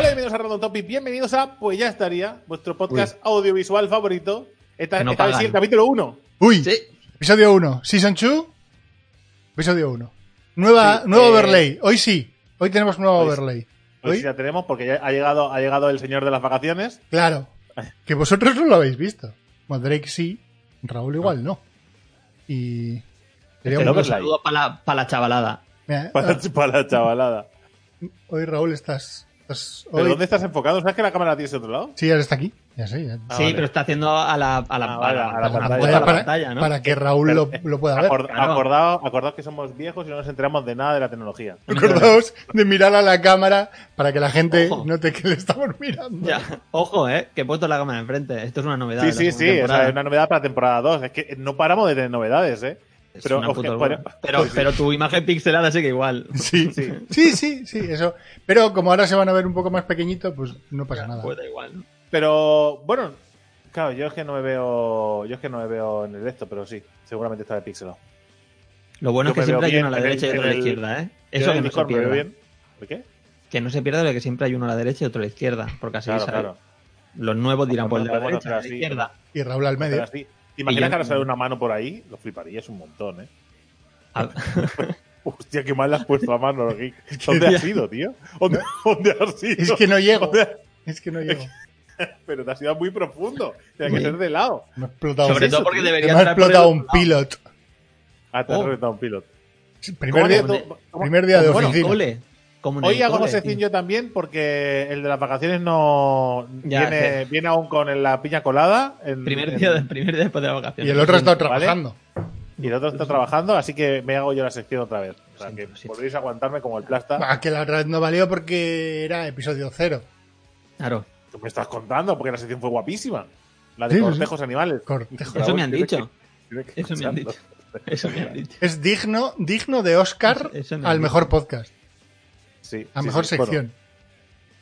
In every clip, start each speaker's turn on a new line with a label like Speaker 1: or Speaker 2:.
Speaker 1: bienvenidos a Random Topic, bienvenidos a Pues ya estaría, vuestro podcast audiovisual favorito. Esta,
Speaker 2: Que no
Speaker 1: esta vez
Speaker 2: pagan.
Speaker 1: sí, el capítulo 1.
Speaker 3: Uy,
Speaker 2: Sí.
Speaker 3: episodio 1, Season 2, episodio 1. Nueva,
Speaker 1: Sí,
Speaker 3: nuevo
Speaker 1: eh,
Speaker 3: overlay, hoy sí, hoy tenemos nuevo
Speaker 1: hoy sí.
Speaker 3: overlay.
Speaker 1: Hoy
Speaker 3: Hoy,
Speaker 1: sí la tenemos porque Pues ya ha llegado, ha llegado el señor de las vacaciones.
Speaker 3: claro, que vosotros no lo habéis visto. Bueno, Drake sí, Raúl igual no. Y...
Speaker 1: el
Speaker 3: Queríamos,
Speaker 1: overlay.
Speaker 2: Saludos para la, pa' la chavalada.
Speaker 3: Mira,
Speaker 1: Este
Speaker 3: ah,
Speaker 1: Para, para la chavalada.
Speaker 3: hoy Raúl estás... estás
Speaker 1: ¿Pero
Speaker 3: hoy-
Speaker 1: dónde estás enfocado? ¿Sabes que la cámara tienes de otro lado?
Speaker 3: Sí, ahora está aquí, ya sé. ya-
Speaker 1: Ah,
Speaker 2: sí,
Speaker 1: vale.
Speaker 2: pero está haciendo a la, a la,
Speaker 1: Ah, vale, a la
Speaker 2: una
Speaker 1: pantalla.
Speaker 2: foto a
Speaker 3: Para-
Speaker 2: la
Speaker 3: para,
Speaker 2: pantalla, ¿no?
Speaker 3: para que Raúl lo, lo pueda ver.
Speaker 1: Acord-
Speaker 2: Claro.
Speaker 1: acordaos, acordaos que somos viejos y no nos enteramos de nada de la tecnología.
Speaker 3: Acordaos de mirar a la cámara para que la gente
Speaker 2: Ojo.
Speaker 3: note que le estamos mirando.
Speaker 2: Ya. Ojo, eh, que he puesto la cámara enfrente. Esto es una novedad.
Speaker 1: Sí,
Speaker 2: de
Speaker 1: sí,
Speaker 2: la segunda
Speaker 1: sí. O
Speaker 2: temporada.
Speaker 1: sea, es una novedad para temporada 2. Es que no paramos de tener novedades, ¿eh?
Speaker 2: Es
Speaker 1: Pero,
Speaker 2: una puta
Speaker 1: oje,
Speaker 2: locura.
Speaker 1: bueno,
Speaker 2: pero, pero tu imagen pixelada sigue igual.
Speaker 3: Sí, sí, sí, sí, eso. Pero como ahora se van a ver un poco más pequeñito, pues no pasa nada.
Speaker 2: Pues da igual.
Speaker 1: Pero bueno, claro, yo es que no me veo, yo es que no me veo en el esto, pero sí, seguramente está de pixelado.
Speaker 2: Lo bueno es
Speaker 1: Yo me veo
Speaker 2: que siempre hay
Speaker 1: bien
Speaker 2: uno a la
Speaker 1: en el-
Speaker 2: derecha y otro a
Speaker 1: en
Speaker 2: la
Speaker 1: el-
Speaker 2: izquierda, ¿eh?
Speaker 1: Yo en
Speaker 2: Eso que
Speaker 1: el
Speaker 2: no se
Speaker 1: Discord me veo
Speaker 2: pierda.
Speaker 1: bien. ¿Por qué?
Speaker 2: Que no se pierda lo de que siempre hay uno a la derecha y otro a la izquierda. Porque así
Speaker 1: Claro,
Speaker 2: sabe-
Speaker 1: claro.
Speaker 2: los nuevos dirán,
Speaker 1: Bueno,
Speaker 2: pues de la
Speaker 1: bueno,
Speaker 2: derecha,
Speaker 1: pero
Speaker 2: a la
Speaker 1: así-
Speaker 2: izquierda.
Speaker 3: Y Raúl al
Speaker 1: Pero
Speaker 3: medio.
Speaker 1: así, ¿Te imaginas
Speaker 2: Y
Speaker 1: que
Speaker 2: ya-
Speaker 1: ahora sale una mano por ahí? Lo fliparías un montón, ¿eh?
Speaker 2: A-
Speaker 1: Hostia, qué mal le has puesto la mano, Rocky. ¿Dónde has ido, tío? ¿Dónde, dónde has ido?
Speaker 3: Es que no llego.
Speaker 1: ¿Dónde-
Speaker 3: Es que no llego.
Speaker 1: Pero te has ido muy profundo. Tiene que
Speaker 2: Muy.
Speaker 1: ser de lado.
Speaker 3: Me ha explotado
Speaker 2: Sobre
Speaker 3: un-
Speaker 2: todo porque
Speaker 3: me
Speaker 2: debería
Speaker 3: ha
Speaker 2: entrar por el
Speaker 3: explotado
Speaker 2: otro
Speaker 3: un pilot.
Speaker 1: Ah, te has
Speaker 2: Oh.
Speaker 1: reventado un piloto.
Speaker 3: Primer día,
Speaker 2: de-
Speaker 3: primer día de
Speaker 2: Bueno,
Speaker 3: oficina.
Speaker 2: cole. Como en el
Speaker 1: Hoy hago
Speaker 2: cole,
Speaker 1: Josefín
Speaker 2: tío.
Speaker 1: yo también porque el de las vacaciones no
Speaker 2: Ya,
Speaker 1: viene, viene aún con el- la piña colada. en-
Speaker 2: Primer
Speaker 1: en-
Speaker 2: día, de- primer día después de la vacación.
Speaker 3: y el otro ha estado
Speaker 1: ¿Vale?
Speaker 3: trabajando.
Speaker 1: y el otro está trabajando, así que me hago yo la sección otra vez. O sea,
Speaker 2: Lo siento,
Speaker 1: que
Speaker 2: lo siento.
Speaker 1: volvéis a aguantarme como el plasta.
Speaker 3: Ah, que la otra vez no valió porque era episodio cero.
Speaker 2: Claro.
Speaker 1: Tú me estás contando porque la sección fue guapísima. La de
Speaker 3: Sí, sí,
Speaker 1: cortejos animales.
Speaker 3: Cortejo.
Speaker 2: Eso me han
Speaker 1: Tienes
Speaker 2: dicho.
Speaker 1: que- tienes que
Speaker 2: Eso me han
Speaker 1: escucharlo.
Speaker 2: dicho. Eso me han dicho.
Speaker 3: Es digno, digno de Oscar
Speaker 2: Eso- eso no
Speaker 3: al
Speaker 2: es
Speaker 3: mejor podcast,
Speaker 1: Sí,
Speaker 3: a
Speaker 1: sí,
Speaker 3: mejor
Speaker 1: sí. Bueno,
Speaker 3: sección.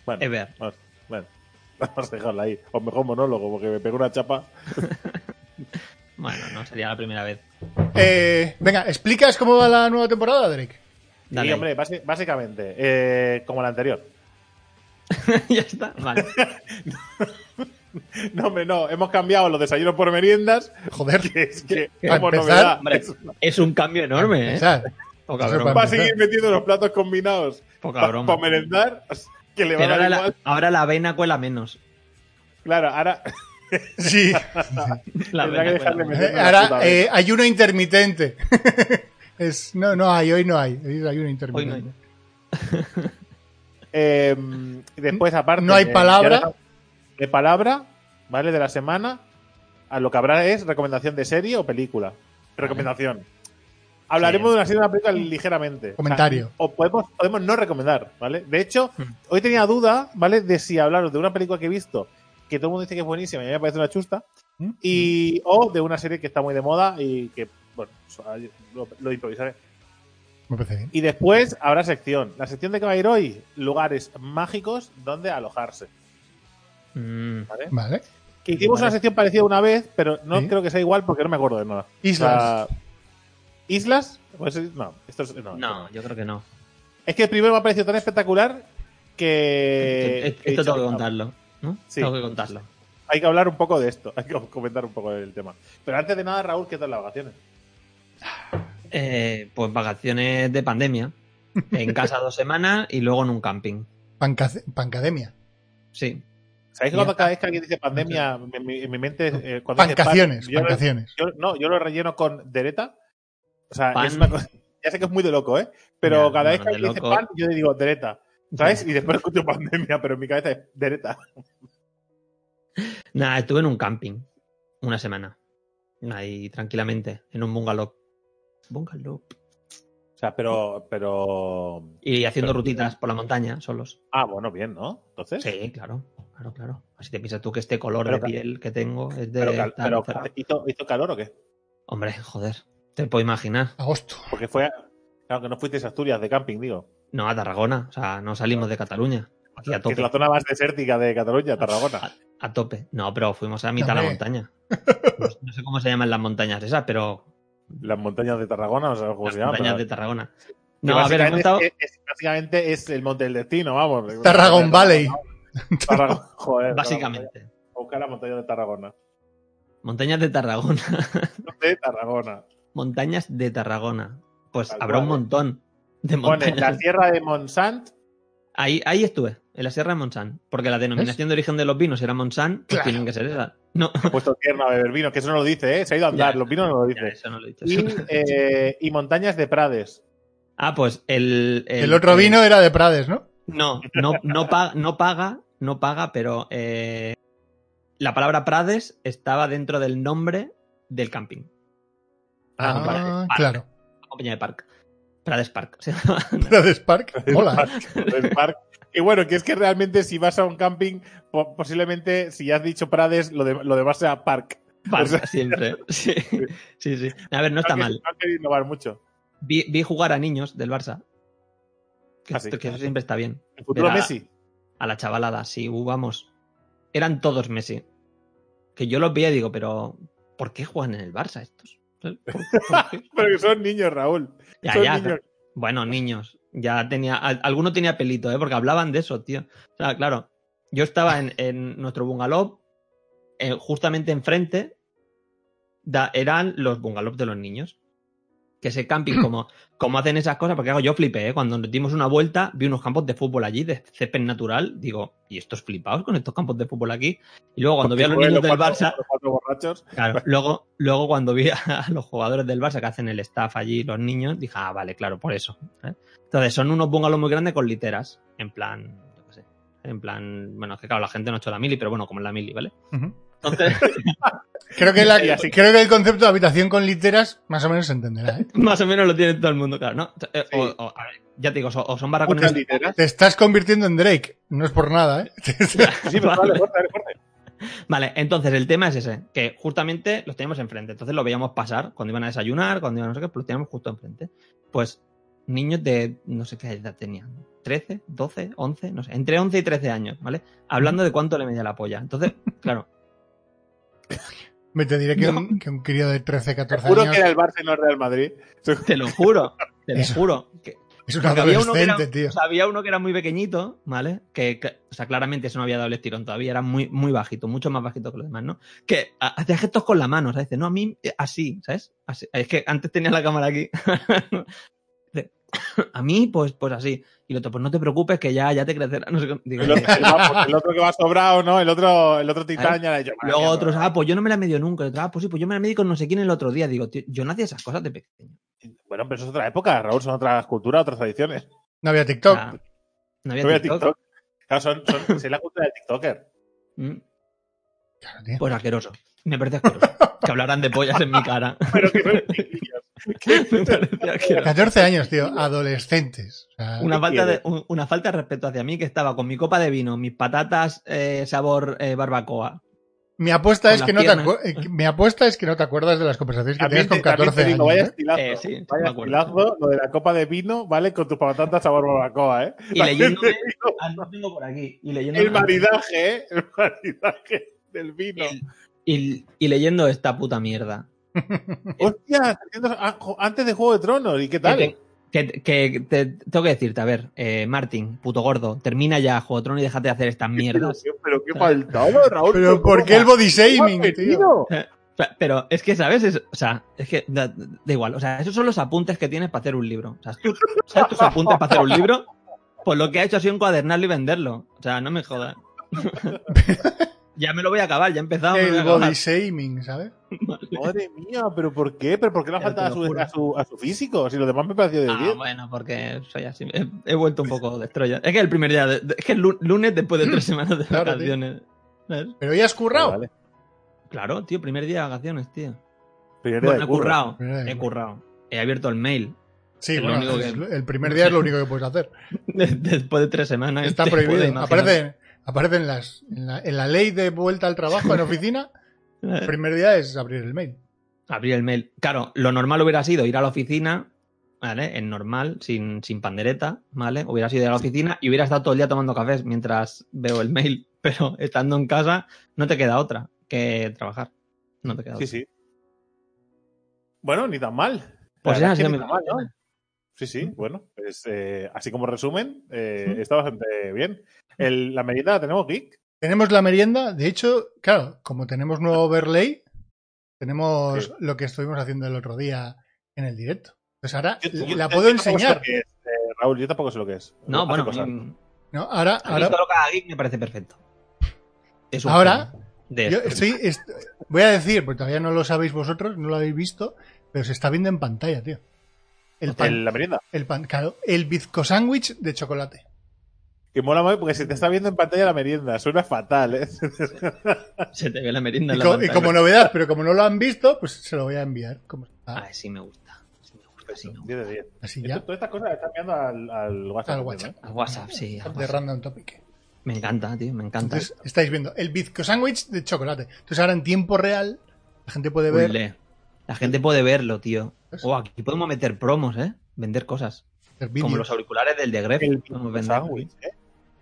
Speaker 1: Bueno,
Speaker 2: Ever.
Speaker 1: bueno, bueno. vamos a dejarla ahí. O mejor monólogo porque me pegó una chapa.
Speaker 2: Bueno, no sería la primera vez.
Speaker 3: Eh, venga, ¿explicas cómo va la nueva temporada, Drake?
Speaker 2: Dale.
Speaker 1: Y hombre, basi- básicamente, eh, como la anterior.
Speaker 2: ya está. Vale.
Speaker 1: No, hombre, no. Hemos cambiado los desayunos por meriendas.
Speaker 3: Joder.
Speaker 1: Que es que,
Speaker 3: Para
Speaker 1: como
Speaker 3: empezar,
Speaker 1: novedad,
Speaker 2: Hombre,
Speaker 1: es-
Speaker 2: es un cambio enorme, ¿eh?
Speaker 3: pensad.
Speaker 2: O cabrón.
Speaker 3: Eso
Speaker 1: va
Speaker 3: para
Speaker 1: a seguir metiendo los platos combinados
Speaker 2: Poca
Speaker 1: para
Speaker 2: broma.
Speaker 1: merendar. Que le va a dar
Speaker 2: Pero ahora la,
Speaker 1: Pues igual.
Speaker 2: ahora la avena cuela menos.
Speaker 1: Claro, ahora
Speaker 3: Sí.
Speaker 2: La
Speaker 1: Tendrá
Speaker 2: avena
Speaker 1: que
Speaker 2: cuela
Speaker 1: dejarle
Speaker 2: menos.
Speaker 1: meter-
Speaker 3: Eh,
Speaker 1: una puta
Speaker 3: Ahora,
Speaker 1: vez.
Speaker 3: eh, ayuno intermitente. es, no, no hay, hoy no hay. Hoy es ayuno
Speaker 2: Hoy no hay.
Speaker 3: intermitente.
Speaker 1: eh, después aparte
Speaker 3: No hay
Speaker 1: eh,
Speaker 3: palabra.
Speaker 1: ya de palabra, ¿vale? De la semana, a lo que habrá es recomendación de serie o película. Recomendación. Hablaremos
Speaker 2: Sí.
Speaker 1: de una serie o una película ligeramente. O sea,
Speaker 3: Comentario. Hmm.
Speaker 1: O, podemos, podemos no recomendar, ¿vale? De hecho,
Speaker 2: Mm.
Speaker 1: hoy tenía duda, ¿vale? De si hablaros de una película que he visto que todo el mundo dice que es buenísima y a mí me parece una chusta,
Speaker 3: Mm.
Speaker 1: y, o de una serie que está muy de moda y que, bueno, lo, lo improvisaré.
Speaker 3: Me parece bien.
Speaker 1: Y después habrá sección. La sección de que va a ir hoy, lugares mágicos donde alojarse.
Speaker 2: Mm,
Speaker 3: Vale.
Speaker 1: Que hicimos
Speaker 2: Vale.
Speaker 1: una sección parecida una vez, pero no
Speaker 3: ¿Sí?
Speaker 1: creo que sea igual porque no me acuerdo de nada.
Speaker 3: Islas.
Speaker 1: O sea, ¿Islas? Pues, no, esto es, no,
Speaker 2: No, yo creo que no.
Speaker 1: Es que el primero me ha parecido tan espectacular que.
Speaker 2: Esto-
Speaker 1: que Eh, he
Speaker 2: esto
Speaker 1: dicho,
Speaker 2: tengo que
Speaker 1: "Ah,
Speaker 2: contarlo. ¿no?
Speaker 1: Sí.
Speaker 2: Tengo que contarlo.
Speaker 1: Hay que hablar un poco de esto, hay que comentar un poco del tema. Pero antes de nada, Raúl, ¿qué tal las vacaciones?
Speaker 2: Eh, pues vacaciones de pandemia. En casa dos semanas y luego en un camping.
Speaker 3: Pancace- pancademia.
Speaker 2: Sí.
Speaker 1: ¿Sabéis que cuando cada vez que alguien dice pandemia, en mi, en mi mente. eh, cuando dice pan,
Speaker 3: Pancaciones.
Speaker 1: yo lo-
Speaker 3: Pancaciones.
Speaker 1: yo- no, yo lo relleno con dereta. O sea,
Speaker 2: Pan.
Speaker 1: es una cosa- Ya sé que es muy de loco, ¿eh? Pero
Speaker 2: Ya,
Speaker 1: cada vez
Speaker 2: no,
Speaker 1: que
Speaker 2: de
Speaker 1: alguien dice
Speaker 2: loco.
Speaker 1: pan, yo le digo dereta. ¿Sabes? Y después escucho pandemia, pero en mi cabeza es dereta.
Speaker 2: Nada, estuve en un camping. Una semana. Ahí tranquilamente. En un bungalow. Bungalow.
Speaker 1: O sea, pero. pero...
Speaker 2: Y haciendo
Speaker 1: Pero-
Speaker 2: rutitas por la montaña solos.
Speaker 1: Ah, bueno, bien, ¿no? Entonces.
Speaker 2: Sí, claro, claro, claro. Así te piensas tú que este color
Speaker 1: Pero
Speaker 2: de
Speaker 1: cal-
Speaker 2: piel que tengo es de.
Speaker 1: Pero, cal-
Speaker 2: tan
Speaker 1: pero
Speaker 2: cerrado.
Speaker 1: ¿hizo, hizo calor o qué?
Speaker 2: Hombre, joder, te puedo imaginar.
Speaker 3: Agosto.
Speaker 1: Porque fue. Claro, que no fuisteis a Asturias de camping, digo.
Speaker 2: No, a Tarragona, o sea, no salimos de Cataluña. Aquí a
Speaker 1: Que es
Speaker 2: tope. Ah,
Speaker 1: la zona más desértica de Cataluña, Tarragona.
Speaker 2: A, a tope. No, pero fuimos a la mitad de la
Speaker 3: Hombre.
Speaker 2: montaña. No, sé- no sé cómo se llaman las montañas esas, pero.
Speaker 1: Las montañas de Tarragona, o sea, ¿cómo
Speaker 2: Las
Speaker 1: se llama?
Speaker 2: montañas de
Speaker 1: pero-
Speaker 2: Tarragona.
Speaker 1: que
Speaker 2: No, a ver, hemos
Speaker 1: básicamente
Speaker 2: estado.
Speaker 1: es, es- básicamente es el monte del destino, vamos.
Speaker 3: Tarragon Valley.
Speaker 1: Tarragona. Joder.
Speaker 2: básicamente.
Speaker 1: Tarragona. Busca la montaña de Tarragona.
Speaker 2: Montañas de Tarragona.
Speaker 1: De Tarragona.
Speaker 2: montañas de Tarragona. Pues
Speaker 1: Tal
Speaker 2: habrá un
Speaker 1: cual, ¿eh?
Speaker 2: montón de
Speaker 1: Pone
Speaker 2: montañas.
Speaker 1: la tierra de Monsant.
Speaker 2: Ahí, ahí estuve, en la Sierra de Montsant. Porque la denominación de origen de los vinos era Montsant, pues
Speaker 3: Claro.
Speaker 2: tienen que ser esa. No,
Speaker 1: Ha puesto tierra a beber vino, que eso no lo dice, ¿eh? Se ha ido a andar,
Speaker 2: Ya.
Speaker 1: los vinos no lo
Speaker 2: ya,
Speaker 1: dice.
Speaker 2: eso no lo he dicho.
Speaker 1: Y, eh, y montañas de Prades.
Speaker 2: Ah, pues el.
Speaker 3: El, otro
Speaker 2: el-
Speaker 3: vino era de Prades, ¿no?
Speaker 2: No, no, no, paga, no paga, no paga, pero eh, la palabra Prades estaba dentro del nombre del camping.
Speaker 1: Ah,
Speaker 2: no, Prades Park,
Speaker 3: claro.
Speaker 2: la compañía de Park. Prades Park. se llama.
Speaker 3: Prades Park. ¿eh? Hola.
Speaker 1: Del parque. Y bueno, que es que realmente si vas a un camping, po- posiblemente si ya has dicho Prades, lo, de- lo demás sea park.
Speaker 2: Park,
Speaker 1: O sea,
Speaker 2: siempre. Sí, sí, sí. A ver, no está
Speaker 1: han que-
Speaker 2: mal.
Speaker 1: no han querido innovar mucho.
Speaker 2: Vi, vi jugar a niños del Barça. Que,
Speaker 1: Ah, sí.
Speaker 2: que eso siempre está bien.
Speaker 1: El futuro
Speaker 2: Verá.
Speaker 1: Messi.
Speaker 2: a la chavalada, sí, uh, vamos. Eran todos Messi. Que yo los veía y digo, pero ¿por qué juegan en el Barça estos? ¿Por- por qué?
Speaker 1: Pero que son niños, Raúl.
Speaker 2: Ya,
Speaker 1: Son
Speaker 2: ya.
Speaker 1: niños.
Speaker 2: Bueno, niños. Ya tenía. al- Alguno tenía pelito, ¿eh? Porque hablaban de eso, tío. O sea, claro. Yo estaba en, en nuestro bungalow, eh, justamente enfrente, da- eran los bungalows de los niños. Que ese camping, como, como hacen esas cosas, porque claro, yo flipé, ¿eh? Cuando nos dimos una vuelta, vi unos campos de fútbol allí, de césped natural. Digo, ¿y estos flipados con estos campos de fútbol aquí? Y luego cuando vi a los
Speaker 1: Porque
Speaker 2: niños del
Speaker 1: juegan los
Speaker 2: Barça.
Speaker 1: cuatro- los cuatro borrachos.
Speaker 2: Claro, luego, luego cuando vi a los jugadores del Barça que hacen el staff allí, los niños, dije, ah, vale, claro, por eso. ¿eh? Entonces, son unos bungalows muy grandes con literas, en plan, yo qué sé, en plan, bueno, es que claro, la gente no ha hecho la mili, pero bueno, como es la mili, ¿vale?
Speaker 3: Ujú.
Speaker 2: Entonces,
Speaker 3: Creo que, la-
Speaker 1: Y así.
Speaker 3: creo que el concepto de habitación con literas más o menos se entenderá. ¿eh?
Speaker 2: más o menos lo tiene todo el mundo, claro, ¿no? Eh, o-
Speaker 1: Sí.
Speaker 2: o, a ver, ya te digo, so- o son
Speaker 1: Muchas
Speaker 2: barracones...
Speaker 1: literas.
Speaker 3: Te estás convirtiendo en Drake. No es por nada, ¿eh?
Speaker 1: Sí, pero eh, dale, fuerte, dale, fuerte.
Speaker 2: Vale, entonces el tema es ese, que justamente los teníamos enfrente. Entonces lo veíamos pasar cuando iban a desayunar, cuando iban a no sé qué, pues los teníamos justo enfrente. Pues niños de no sé qué edad tenían, 13, 12, 11, no sé, entre 11 y 13 años, ¿vale? Hablando de cuánto le medía la polla. Entonces, claro,
Speaker 3: Me te diré que,
Speaker 2: No.
Speaker 3: un, que un crío de 13, 14
Speaker 1: Seguro
Speaker 3: años
Speaker 1: que era el Barça y no el Real Madrid.
Speaker 2: te lo juro, te lo
Speaker 3: Eso.
Speaker 2: juro. que-
Speaker 3: es un
Speaker 2: porque había uno que era-
Speaker 3: adolescente, tío.
Speaker 2: o sea, había uno que era muy pequeñito, ¿vale? Que, que- o sea, claramente eso no había dado el estirón todavía, era muy, muy bajito, mucho más bajito que los demás, ¿no? Que ha- hacía gestos con la mano, ¿sabes? Dice, no, a mí eh, así, ¿sabes? Así. Es que antes tenía la cámara aquí. Dice, a mí, pues, pues así. Y el otro, pues no te preocupes, que ya, ya te crecerá. No sé qué. Digo,
Speaker 1: El otro, el va- el otro que va sobrado, ¿no? El otro, el otro titaña. yo, madre
Speaker 2: Luego
Speaker 1: mía,
Speaker 2: otros,
Speaker 1: no.
Speaker 2: ah, pues yo no me la he medido nunca. Y otro, ah, pues sí, pues yo me la medí con no sé quién el otro día. Digo, tío, yo no hacía esas cosas de pequeño.
Speaker 1: Bueno, pero eso es otra época, Raúl. Son otras culturas, otras tradiciones.
Speaker 3: No había
Speaker 2: O
Speaker 3: TikTok.
Speaker 2: sea, no había
Speaker 1: Yo voy a
Speaker 2: TikTok.
Speaker 1: TikTok. Claro, son, son, es la cultura del TikToker.
Speaker 2: Mm.
Speaker 3: Claro, tío.
Speaker 2: Pues asqueroso. Me parece asqueroso. que hablaran de pollas en mi cara.
Speaker 1: Pero que son niños.
Speaker 2: Me parece asqueroso.
Speaker 3: 14 años, tío. Adolescentes. O sea,
Speaker 2: Una falta, de,
Speaker 1: quieres?
Speaker 2: un- una falta de respeto hacia mí que estaba con mi copa de vino, mis patatas eh, sabor eh, barbacoa.
Speaker 3: mi, apuesta
Speaker 2: con
Speaker 3: es que no
Speaker 2: las
Speaker 3: te acu- eh, mi apuesta es que no te acuerdas de las conversaciones que
Speaker 1: También
Speaker 3: tenías
Speaker 1: te-
Speaker 3: con
Speaker 1: también
Speaker 3: 14
Speaker 1: te digo,
Speaker 3: años.
Speaker 1: vaya
Speaker 3: ¿eh?
Speaker 1: estilazo.
Speaker 2: Eh, sí, sí, me
Speaker 1: vaya
Speaker 2: acuerdo.
Speaker 1: estilazo lo de la copa de vino, ¿vale? Con tus patatas sabor barbacoa, ¿eh?
Speaker 2: Y
Speaker 1: También
Speaker 2: leyéndome-
Speaker 1: te digo,
Speaker 2: Ah, no tengo por aquí. Y leyendo,
Speaker 1: El maridaje, ¿eh? El maridaje del vino.
Speaker 2: El- y- y leyendo esta puta mierda.
Speaker 1: Hostia, haciendo- ah, jo- antes de Juego de Tronos, ¿y qué tal?
Speaker 2: Que, que- que te, tengo que decirte, a ver, eh, Martín, puto gordo, termina ya Juego de Trono y déjate de hacer estas
Speaker 1: Pero,
Speaker 2: mierdas.
Speaker 1: qué- pero qué faltado, Raúl.
Speaker 3: Pero ¿por qué el body shaming, tío?
Speaker 1: vino?
Speaker 2: Pe- Pero es que, ¿sabes? Es- o sea, es que da, da igual. O sea, esos son los apuntes que tienes para hacer un libro. O sea, tú sabes tus apuntes para hacer un libro, pues lo que ha hecho ha sido encuadernarlo y venderlo. O sea, no me jodas. ya me lo voy a acabar, ya he empezado. me lo voy a
Speaker 3: El
Speaker 2: acabar.
Speaker 3: body shaming, ¿sabes?
Speaker 1: Madre mía, ¿pero por qué? ¿Pero por qué le ha
Speaker 2: Ya te
Speaker 1: faltado a
Speaker 2: lo
Speaker 1: su,
Speaker 2: juro.
Speaker 1: a, su, a su físico? Si los demás me pareció de
Speaker 2: Ah,
Speaker 1: 10.
Speaker 2: bueno, porque soy así. He, he vuelto un poco destroyer. Es que el primer día, de- de- es que el lu- lunes después de tres semanas de
Speaker 3: Claro, tío.
Speaker 2: vacaciones. ¿sabes?
Speaker 3: Pero ya has
Speaker 1: Pero
Speaker 3: currado.
Speaker 1: vale.
Speaker 2: Claro, tío, primer día de vacaciones, tío.
Speaker 1: Primer día
Speaker 2: Bueno,
Speaker 1: de
Speaker 2: he
Speaker 1: curro.
Speaker 2: currado,
Speaker 3: Primer día de
Speaker 2: he
Speaker 3: curro.
Speaker 2: currado. He abierto el mail
Speaker 3: Sí,
Speaker 2: Es lo
Speaker 3: bueno,
Speaker 2: único que-
Speaker 3: es lo- el primer día es lo único que puedes hacer.
Speaker 2: después de tres semanas.
Speaker 3: Está
Speaker 2: te puedes
Speaker 3: prohibido.
Speaker 2: imaginar.
Speaker 3: Aparece, aparece en, las, en, la, en la ley de vuelta al trabajo en oficina. El primer día es abrir el mail.
Speaker 2: Abrir el mail. Claro, lo normal hubiera sido ir a la oficina, ¿vale? En normal, sin, sin pandereta, ¿vale? Hubiera sido ir a la oficina y hubiera estado todo el día tomando cafés mientras veo el mail. Pero estando en casa, no te queda otra que trabajar. No te queda
Speaker 1: Sí,
Speaker 2: otra.
Speaker 1: sí. Bueno, ni tan mal. La
Speaker 2: Pues
Speaker 1: verdad
Speaker 2: ya,
Speaker 1: es que
Speaker 2: sí,
Speaker 1: ni
Speaker 2: me-
Speaker 1: tan
Speaker 2: Mm.
Speaker 1: mal, ¿no? Sí, sí, bueno, pues, eh, así como resumen, eh, está bastante bien. El- la medida la tenemos geek.
Speaker 3: Tenemos la merienda, de hecho, claro, como tenemos nuevo overlay, tenemos
Speaker 1: Sí.
Speaker 3: lo que estuvimos haciendo el otro día en el directo. Entonces ahora
Speaker 1: Yo- yo-
Speaker 3: la
Speaker 1: yo
Speaker 3: puedo
Speaker 1: tampoco sé
Speaker 3: enseñar.
Speaker 1: lo que es, eh, Raúl, yo tampoco sé lo que es.
Speaker 2: No,
Speaker 1: Hace
Speaker 2: bueno,
Speaker 1: cosas.
Speaker 2: mm,
Speaker 3: ¿no? Ahora,
Speaker 2: a mí
Speaker 3: ahora,
Speaker 2: todo lo que haga Geek me parece perfecto. Es un
Speaker 3: Ahora,
Speaker 2: fan de
Speaker 3: yo
Speaker 2: esto.
Speaker 3: estoy, est- voy a decir, porque todavía no lo sabéis vosotros, no lo habéis visto, pero se está viendo en pantalla, tío. El pan,
Speaker 1: El- la merienda.
Speaker 3: el pan, claro, el bizco sándwich de chocolate.
Speaker 1: Que mola más porque se te está viendo en pantalla la merienda. Suena fatal, ¿eh?
Speaker 2: Se te ve la merienda
Speaker 3: Y,
Speaker 2: en la
Speaker 3: co- y
Speaker 2: pantalla.
Speaker 3: como novedad, pero como no lo han visto, pues se lo voy a enviar. Como está,
Speaker 2: Ay, Ah, sí me gusta. Sí me gusta, sí me gusta.
Speaker 1: 10 de 10.
Speaker 3: así ya,
Speaker 1: Esto- Todas estas cosas las están enviando al, al WhatsApp.
Speaker 3: al
Speaker 1: ¿no?
Speaker 3: WhatsApp.
Speaker 2: Al WhatsApp, sí. al
Speaker 3: De
Speaker 2: WhatsApp.
Speaker 3: Random Topic.
Speaker 2: Me encanta, tío, me encanta.
Speaker 3: Entonces estáis viendo el bizco sándwich de chocolate. Entonces ahora en tiempo real la gente puede ver. Pues
Speaker 2: Ulé. La gente puede verlo, tío.
Speaker 3: ¿Ves?
Speaker 2: O aquí podemos meter promos, ¿eh? Vender cosas.
Speaker 3: hacer
Speaker 2: Como
Speaker 3: vídeos.
Speaker 2: los auriculares del de Gref.
Speaker 1: El
Speaker 2: podemos
Speaker 1: bizco
Speaker 2: vender.
Speaker 1: sándwich, ¿eh?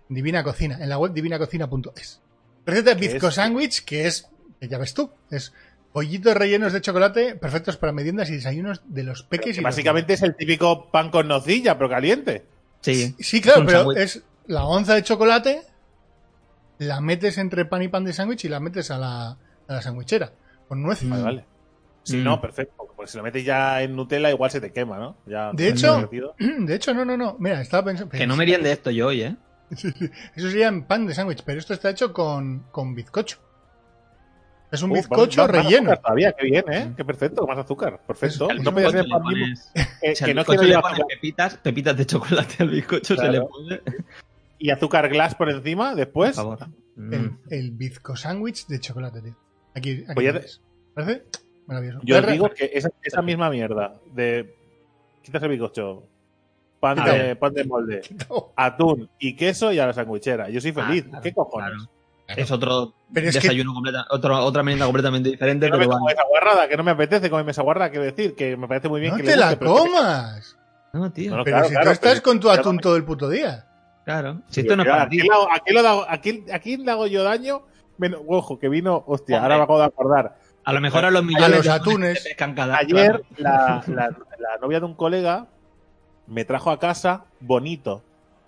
Speaker 3: Divina Cocina, en la web divinacocina.es. Receta de
Speaker 1: ¿Qué
Speaker 3: bizco
Speaker 1: es?
Speaker 3: sándwich, que es, que ya ves tú, es bollitos rellenos de chocolate perfectos para meriendas y desayunos de los
Speaker 1: Pero
Speaker 3: peques
Speaker 1: que
Speaker 3: y los
Speaker 1: básicamente es el típico pan con nocilla, pero caliente.
Speaker 2: Sí.
Speaker 3: Sí, claro,
Speaker 2: Un
Speaker 3: pero
Speaker 2: sándwich.
Speaker 3: es la onza de chocolate, la metes entre pan y pan de sándwich y la metes a la, a la sandwichera con nueces.
Speaker 1: Vale, vale. Si
Speaker 2: Mm.
Speaker 1: no, perfecto. Porque si lo metes ya en Nutella, igual se te quema, ¿no? Ya, no
Speaker 3: De hecho-
Speaker 1: es divertido.
Speaker 3: De hecho, no, no, no. Mira, estaba pensando.
Speaker 2: Que no me de esto yo hoy, ¿eh?
Speaker 3: Eso sería en pan de sándwich, pero esto está hecho con, con bizcocho. Es un
Speaker 1: Uh,
Speaker 3: bizcocho
Speaker 1: vamos, más
Speaker 3: relleno.
Speaker 1: azúcar Todavía, qué bien, ¿eh? Qué perfecto, más azúcar. Perfecto.
Speaker 3: Eso,
Speaker 1: No podía
Speaker 2: Mm. Pues bizcocho
Speaker 1: ser
Speaker 2: le
Speaker 1: pan mismo.
Speaker 2: pones-
Speaker 1: Eh,
Speaker 2: o sea,
Speaker 1: que
Speaker 2: al
Speaker 1: no
Speaker 2: bizcocho
Speaker 1: quiero
Speaker 2: le
Speaker 1: ir a-
Speaker 2: pones pepitas, pepitas de chocolate al bizcocho
Speaker 1: Claro.
Speaker 2: se le pone. Por
Speaker 1: y azúcar glass por encima después.
Speaker 2: favor. Mm.
Speaker 3: El, el bizco sándwich de chocolate, tío. Aquí, aquí
Speaker 1: Pues ya
Speaker 3: lo
Speaker 1: te-
Speaker 3: ves. ¿Parece? Maravilloso.
Speaker 1: Yo os
Speaker 3: Voy a
Speaker 1: digo que esa, esa misma mierda de quitas el bizcocho, pan
Speaker 2: A
Speaker 1: de,
Speaker 2: ver.
Speaker 1: pan de molde,
Speaker 3: re- No,
Speaker 1: atún y queso y a la sandwichera. Yo soy feliz.
Speaker 2: Ah, claro,
Speaker 1: ¿Qué cojones?
Speaker 2: Es otro
Speaker 3: Pero es que-
Speaker 2: desayuno completa, otro- otra merienda completamente diferente,
Speaker 1: Que no me
Speaker 2: pero
Speaker 1: como
Speaker 2: vale.
Speaker 1: esa guarrada, que no me apetece comerme esa guarrada, quiero decir, que me parece muy bien
Speaker 3: no
Speaker 1: que le
Speaker 3: te
Speaker 1: guste,
Speaker 3: la
Speaker 1: pero es que-
Speaker 3: comas.
Speaker 2: No, tío.
Speaker 1: No, no,
Speaker 3: Pero
Speaker 1: claro,
Speaker 3: si
Speaker 1: claro,
Speaker 3: tú estás
Speaker 1: pero-
Speaker 3: con tu
Speaker 1: pero-
Speaker 3: atún todo el puto día.
Speaker 2: Claro. Si esto no es
Speaker 1: Mira,
Speaker 2: para
Speaker 1: aquí,
Speaker 2: ti.
Speaker 1: le hago- aquí lo da- aquí- aquí le hago yo daño. Menos, ojo, que vino, hostia,
Speaker 2: Hombre.
Speaker 1: ahora me acabo de acordar.
Speaker 2: A lo mejor a los millones
Speaker 3: A los
Speaker 2: de
Speaker 3: atunes.
Speaker 2: que pescan cada-
Speaker 1: Ayer la, la- la novia de un colega me trajo a casa bonito,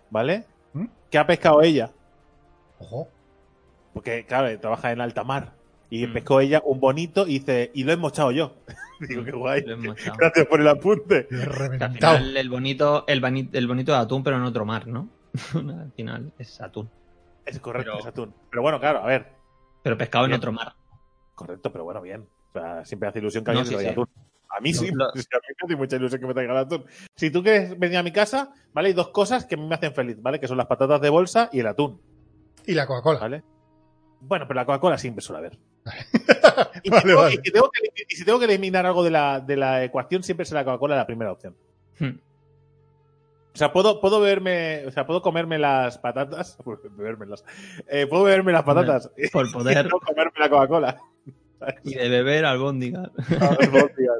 Speaker 1: ¿vale?
Speaker 3: ¿Mm?
Speaker 1: Que ha pescado ella.
Speaker 3: Ojo.
Speaker 1: Porque, claro, trabaja en alta mar. Y
Speaker 2: Mm.
Speaker 1: pescó ella un bonito y dice, y lo he mochado yo. Digo, qué guay.
Speaker 2: Lo hemos echado.
Speaker 1: Gracias por el apunte.
Speaker 3: Lo he
Speaker 2: Que Al
Speaker 3: reventado.
Speaker 2: final el bonito, el, bani- el bonito de atún, pero en otro mar, ¿no? al final es atún.
Speaker 1: Es correcto,
Speaker 2: Pero-
Speaker 1: es atún. Pero bueno, claro, a ver.
Speaker 2: Pero pescado en
Speaker 1: Bien.
Speaker 2: otro mar.
Speaker 1: Correcto, pero bueno, bien. O sea, siempre hace ilusión que
Speaker 2: No,
Speaker 1: alguien
Speaker 2: sí,
Speaker 1: te traiga
Speaker 2: sí.
Speaker 1: atún. A mí
Speaker 2: Lo-
Speaker 1: sí.
Speaker 2: lo-
Speaker 1: O sea, a mí me hace mucha ilusión que me traigan atún. Si tú quieres venir a mi casa, ¿vale? Hay dos cosas que a mí me hacen feliz, ¿vale? Que son las patatas de bolsa y el atún,
Speaker 3: Y la Coca-Cola.
Speaker 1: ¿vale? Bueno, pero la Coca-Cola siempre suele haber. Y, si
Speaker 3: Vale,
Speaker 1: tengo-
Speaker 3: vale.
Speaker 1: y si tengo que, y si tengo que eliminar algo de la, de la ecuación, siempre será la Coca-Cola la primera opción.
Speaker 2: Hmm.
Speaker 1: O sea, puedo, puedo beberme, o sea, puedo comerme las patatas, bebérmelas, Eh, puedo beberme las patatas
Speaker 2: Por
Speaker 1: y
Speaker 2: poder
Speaker 1: no comerme la Coca-Cola.
Speaker 2: y de beber albóndigas.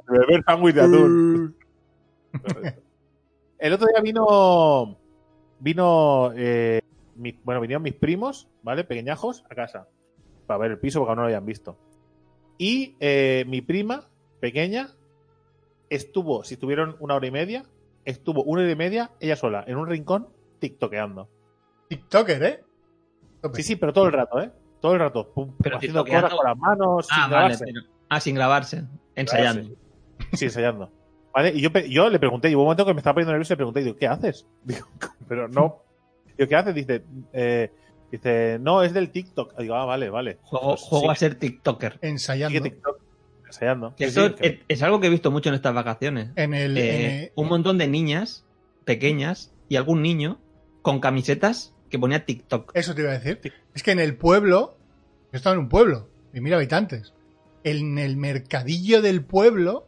Speaker 1: Beber sándwich de atún. El otro día vino, vino, eh, mi- bueno, vinieron mis primos, ¿vale? Pequeñajos a casa para ver el piso porque aún no lo habían visto. Y eh, mi prima pequeña estuvo, si estuvieron una hora y media, estuvo una hora y media ella sola en un rincón tiktokeando.
Speaker 3: TikToker, ¿eh? Tope.
Speaker 1: Sí, sí, pero todo el rato, ¿eh? Todo el rato. pum, pum,
Speaker 2: Pero
Speaker 1: haciendo
Speaker 2: tiktokeando.
Speaker 1: cosas con las manos,
Speaker 2: Ah,
Speaker 1: sin
Speaker 2: vale.
Speaker 1: grabarse.
Speaker 2: pero- ah, sin grabarse. Ensayando.
Speaker 1: Sí, ensayando. ¿Vale? Y yo, pe- yo le pregunté, y hubo un momento que me estaba poniendo nervioso y le pregunté, digo, ¿qué haces? Digo, pero no. Digo, ¿qué haces? Dice, eh, dice, no, es del TikTok. Digo, ah, vale, vale.
Speaker 2: Juego,
Speaker 1: Pues
Speaker 2: juego
Speaker 1: sí,
Speaker 2: a ser TikToker.
Speaker 1: sigue
Speaker 3: Ensayando.
Speaker 1: TikTok, ensayando. Sí,
Speaker 2: Que esto
Speaker 1: sí, que-
Speaker 2: es, es algo que he visto mucho en estas vacaciones.
Speaker 3: En el.
Speaker 2: Eh,
Speaker 3: en
Speaker 2: un montón de niñas pequeñas y algún niño con camisetas que ponía TikTok.
Speaker 3: el- eso te iba a decir. Es que en el pueblo. Yo estaba en un pueblo, de mil habitantes. En el mercadillo del pueblo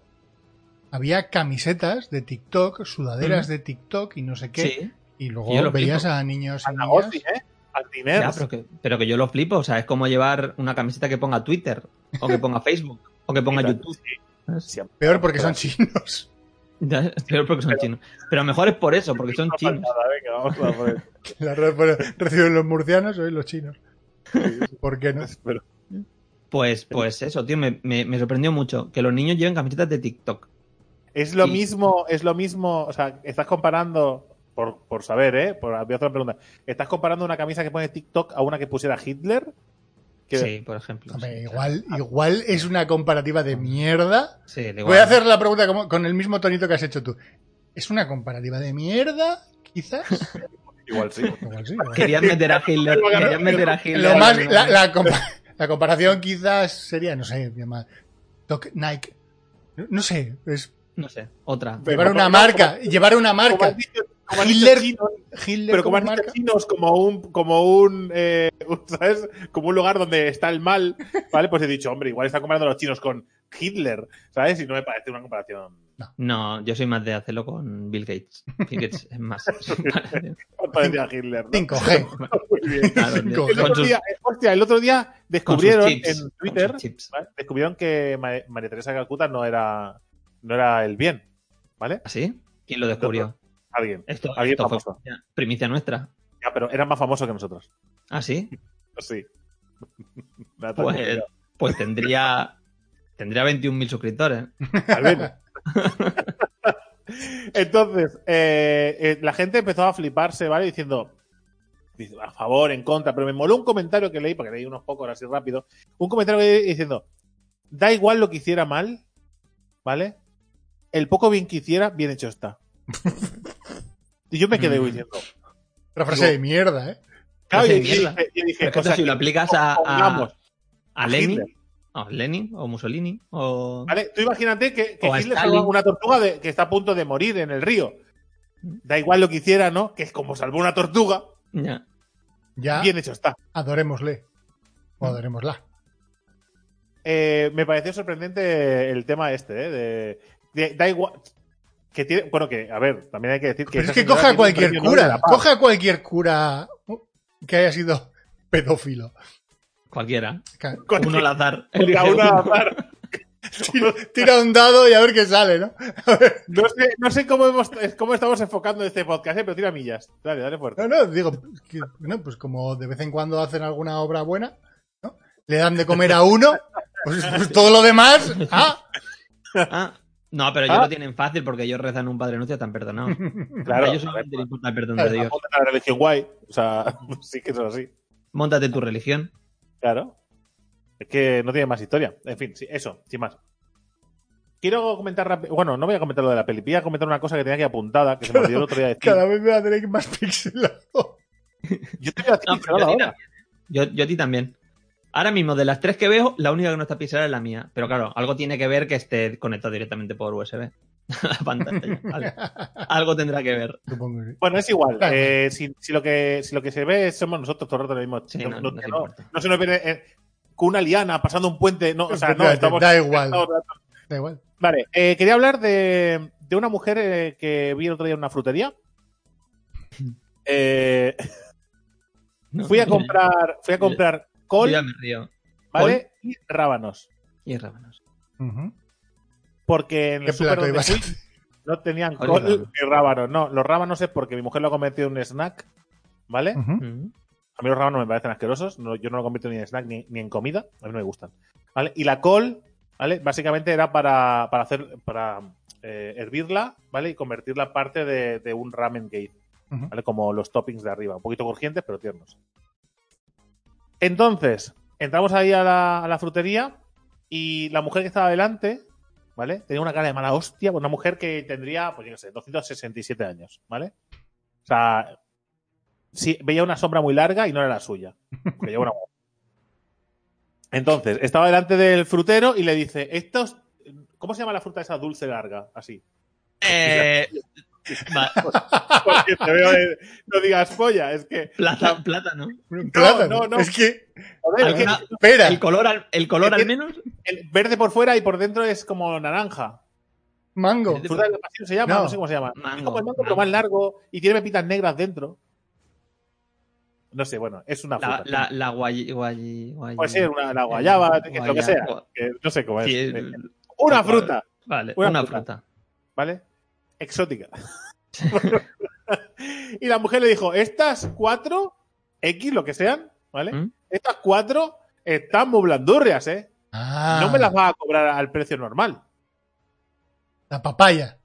Speaker 3: había camisetas de TikTok, sudaderas
Speaker 2: Ujú.
Speaker 3: de TikTok y no sé qué.
Speaker 2: Sí.
Speaker 3: Y
Speaker 2: Yo
Speaker 3: luego
Speaker 2: lo
Speaker 3: veías a niños y
Speaker 1: a la
Speaker 3: niñas.
Speaker 1: Orsi, ¿eh? Al dinero.
Speaker 2: Ya, pero, que, pero que yo lo flipo. O sea, es como llevar una camiseta que ponga Twitter o que ponga Facebook o que ponga YouTube. ¿sabes?
Speaker 1: Sí,
Speaker 3: Peor porque son
Speaker 1: pero-
Speaker 3: chinos.
Speaker 2: Ya, Peor porque son chinos. Pero mejor es por eso, porque son
Speaker 1: no
Speaker 2: chinos.
Speaker 1: falta nada, venga, vamos a poner.
Speaker 3: La red- bueno, reciben los murcianos, hoy los chinos. ¿Por qué no?
Speaker 1: Pero-
Speaker 2: Pues, pues eso, tío, me, me- me sorprendió mucho que los niños lleven camisetas de TikTok.
Speaker 1: Es lo
Speaker 2: Y-
Speaker 1: mismo, es lo mismo, o sea, estás comparando, por, por saber, ¿eh? Por, había otra pregunta. ¿Estás comparando una camisa que pone TikTok a una que pusiera Hitler? Que-
Speaker 2: Sí, por ejemplo.
Speaker 3: Hombre,
Speaker 2: sí, Ah.
Speaker 3: igual, igual es una comparativa de mierda.
Speaker 2: sí, da
Speaker 3: Voy
Speaker 2: igual.
Speaker 3: a hacer la pregunta como- con el mismo tonito que has hecho tú. ¿Es una comparativa de mierda? Quizás.
Speaker 1: Igual sí.
Speaker 3: Igual sí, igual sí.
Speaker 2: Querían meter a Hitler. querían meter a Hitler.
Speaker 3: Lo más- la, la compa- la comparación quizás sería, no sé, llamar Doc Nike. No, no sé, es
Speaker 2: No sé, otra.
Speaker 1: Pero
Speaker 3: llevar una
Speaker 1: como-
Speaker 3: marca, llevar una
Speaker 1: Como
Speaker 3: marca.
Speaker 1: han dicho- como han dicho
Speaker 3: Hitler-
Speaker 1: chinos,
Speaker 3: Hitler
Speaker 1: pero como
Speaker 3: como
Speaker 1: han dicho
Speaker 3: marca.
Speaker 1: chinos, como un, como un, eh, ¿sabes? Como un lugar donde está el mal, ¿vale? Pues he dicho, hombre, igual están comparando a los chinos con Hitler, ¿sabes? Y no me parece una comparación.
Speaker 2: No, yo soy más de hacerlo con Bill Gates. Bill Gates es más.
Speaker 1: parecida a Hitler. ¿no?
Speaker 3: 5G.
Speaker 1: Muy bien.
Speaker 2: Claro, de-
Speaker 3: Con
Speaker 1: El otro,
Speaker 2: sus-
Speaker 1: día, eh, hostia, el otro día
Speaker 2: con sus
Speaker 1: descubrieron
Speaker 2: chips,
Speaker 1: en
Speaker 2: con
Speaker 1: Twitter
Speaker 2: sus chips.
Speaker 1: ¿vale? descubrieron que Ma- María Teresa de Calcuta no era, no era el bien, ¿vale?
Speaker 2: ¿Ah, sí? ¿Quién lo descubrió?
Speaker 1: Alguien.
Speaker 2: Esto,
Speaker 1: Alguien
Speaker 2: esto fue
Speaker 1: famoso.
Speaker 2: primicia nuestra.
Speaker 1: Ya, pero era más famoso que nosotros.
Speaker 2: ¿Ah, sí?
Speaker 1: Sí. Nada tan
Speaker 2: Pues,
Speaker 1: complicado.
Speaker 2: pues tendría tendría 21.000 suscriptores.
Speaker 1: Al menos. Entonces, eh, eh, la gente empezó a fliparse, ¿vale? Diciendo, dice, a favor, en contra, pero me moló un comentario que leí, porque leí unos pocos así rápido, un comentario que leí diciendo, da igual lo que hiciera mal, ¿vale? El poco bien que hiciera, bien hecho está. y yo me quedé
Speaker 2: Mm.
Speaker 1: diciendo,
Speaker 3: Otra frase de mierda, ¿eh?
Speaker 1: claro,
Speaker 2: Frase
Speaker 1: y,
Speaker 2: de
Speaker 1: y dije,
Speaker 2: mierda.
Speaker 1: y dije,
Speaker 2: Pero es que
Speaker 1: o sea,
Speaker 2: esto si lo
Speaker 1: que
Speaker 2: aplicas a, a,
Speaker 1: pongamos
Speaker 2: a
Speaker 1: a Hitler.
Speaker 2: Lenin, a Lenin o Mussolini o...
Speaker 1: ¿Vale? Tú imagínate que, que
Speaker 2: O a
Speaker 1: Hitler
Speaker 2: Stalin.
Speaker 1: salva una tortuga de- que está a punto de morir en el río. Da igual lo que hiciera, ¿no? Que es como salvó una tortuga,
Speaker 2: Ya. Ah.
Speaker 3: Ya
Speaker 1: bien hecho está.
Speaker 3: adorémosle. O adorémosla.
Speaker 1: Eh, me pareció sorprendente el tema este, ¿eh? De, de- da igual. Que tiene, bueno, que, a ver, también hay que decir que.
Speaker 3: Pero es
Speaker 1: esa
Speaker 3: que
Speaker 1: señora
Speaker 3: coja a
Speaker 1: tiene un
Speaker 3: cualquier
Speaker 1: premio Nobel de
Speaker 3: cura.
Speaker 1: la paz.
Speaker 3: Coja a cualquier cura uh, que haya sido pedófilo.
Speaker 2: Cualquiera.
Speaker 3: Ca-
Speaker 1: Con-
Speaker 2: Uno al azar.
Speaker 1: con
Speaker 2: Elige
Speaker 1: la una al
Speaker 2: uno.
Speaker 1: azar.
Speaker 3: Tira, tira un dado y a ver qué sale, ¿no?
Speaker 1: No sé, no sé cómo, hemos, cómo estamos enfocando este podcast, ¿eh? pero tira millas. Dale, dale fuerte.
Speaker 3: No, no, digo, que, bueno, pues como de vez en cuando hacen alguna obra buena, ¿no? Le dan de comer a uno, pues, pues todo lo demás, ah,
Speaker 2: Ah, no, pero ellos
Speaker 1: Ah.
Speaker 2: lo tienen fácil porque ellos rezan un Padre Nuestro y están perdonados.
Speaker 1: claro.
Speaker 2: a ellos
Speaker 1: a ver,
Speaker 2: solamente les importa el perdón de
Speaker 1: claro,
Speaker 2: Dios.
Speaker 1: tampoco es una religión guay. O sea, sí que es así.
Speaker 2: Móntate tu religión.
Speaker 1: Claro. Es que no tiene más historia. En fin, sí, eso, sin más. Quiero comentar rápido. Bueno, no voy a comentar lo de la peli. Voy a comentar una cosa que tenía aquí apuntada, que se me olvidó el otro día decir.
Speaker 3: cada vez me va a tener más pixelado.
Speaker 1: Yo te voy a decir
Speaker 2: No, pero yo, a
Speaker 1: ahora.
Speaker 2: ti también, ¿eh? yo, yo a ti también. Ahora mismo, de las tres que veo, la única que no está pixelada es la mía. Pero claro, algo tiene que ver que esté conectado directamente por USB. a la pantalla. Vale. Algo tendrá que ver.
Speaker 3: Supongo que sí.
Speaker 1: Bueno, es igual.
Speaker 3: Claro.
Speaker 1: Eh, si, si lo que, si lo que se ve somos nosotros todo el rato en el mismo
Speaker 2: Sí,
Speaker 1: no,
Speaker 2: no,
Speaker 1: no-
Speaker 2: no
Speaker 1: que
Speaker 2: te
Speaker 1: no-
Speaker 2: importa.
Speaker 1: no se nos viene eh, con una liana pasando un puente. No, o sea, no,
Speaker 3: Espérate,
Speaker 1: estamos.
Speaker 3: da igual,
Speaker 1: estamos-
Speaker 3: da igual.
Speaker 1: Vale, eh, quería hablar de, de una mujer eh, que vi el otro día en una frutería. Eh,
Speaker 2: No,
Speaker 1: fui a
Speaker 2: no, no,
Speaker 1: comprar, fui a comprar
Speaker 2: yo
Speaker 1: col,
Speaker 2: ya me río.
Speaker 1: ¿vale? Y rábanos.
Speaker 2: Y rábanos.
Speaker 3: Ujú.
Speaker 1: Porque en
Speaker 3: ¿Qué
Speaker 1: el súper
Speaker 3: plato
Speaker 1: donde
Speaker 3: ibas a
Speaker 1: fui no tenían
Speaker 2: Col y
Speaker 1: col
Speaker 2: rábanos.
Speaker 1: ni rábanos. No, los rábanos es porque mi mujer lo ha convertido en un snack, ¿vale?
Speaker 3: Ujú.
Speaker 2: Mm.
Speaker 1: A mí los rábanos me parecen asquerosos. no- yo no lo convierto ni en snack ni, ni en comida. A mí no me gustan. ¿Vale? Y la col, ¿vale? Básicamente era para, para hacer, para eh, hervirla, ¿vale? Y convertirla parte de, de un ramen gate,
Speaker 3: Ujú.
Speaker 1: ¿vale? Como los toppings de arriba. Un poquito crujientes, pero tiernos. Entonces, entramos ahí a la, a la frutería y la mujer que estaba delante, ¿vale? Tenía una cara de mala hostia. pues Una mujer que tendría, pues yo qué sé, 267 años, ¿vale? O sea, sí, veía una sombra muy larga y no era la suya. porque lleva una guapa. Entonces, estaba delante del frutero y le dice, estos, ¿cómo se llama la fruta esa dulce larga? Así.
Speaker 2: Eh, va,
Speaker 1: Porque te veo, de- no digas polla, es que...
Speaker 2: plata, plátano.
Speaker 3: Plátano.
Speaker 1: no, no.
Speaker 3: Es que,
Speaker 1: joder, es que
Speaker 2: Alguna-
Speaker 3: espera,
Speaker 2: El color, al- el color al
Speaker 1: Es-
Speaker 2: menos.
Speaker 1: el verde por fuera y por dentro es como naranja.
Speaker 3: mango.
Speaker 1: Fruta de la pasión se llama, no,
Speaker 3: No.
Speaker 1: sé cómo se llama.
Speaker 2: Mango,
Speaker 1: es como el mango,
Speaker 2: mango.
Speaker 1: pero más largo y tiene pepitas negras dentro. No sé, bueno, es una
Speaker 2: La,
Speaker 1: fruta.
Speaker 2: la, la guay, guay, guay-
Speaker 1: Puede ser una, la guayaba,
Speaker 2: Eh,
Speaker 1: lo que
Speaker 2: guaya-
Speaker 1: sea.
Speaker 2: gua-
Speaker 1: que no sé cómo es.
Speaker 2: sí,
Speaker 1: Eh,
Speaker 2: el-
Speaker 1: una
Speaker 2: cual.
Speaker 1: fruta.
Speaker 2: Vale,
Speaker 1: Una
Speaker 2: una,
Speaker 1: fruta.
Speaker 2: fruta.
Speaker 1: ¿vale? Exótica. y la mujer le dijo, estas cuatro, X, lo que sean, ¿vale?
Speaker 2: ¿Mm?
Speaker 1: Estas cuatro están muy blandurrias, ¿eh?
Speaker 3: Ah,
Speaker 1: No me las vas a cobrar al precio normal.
Speaker 3: La papaya.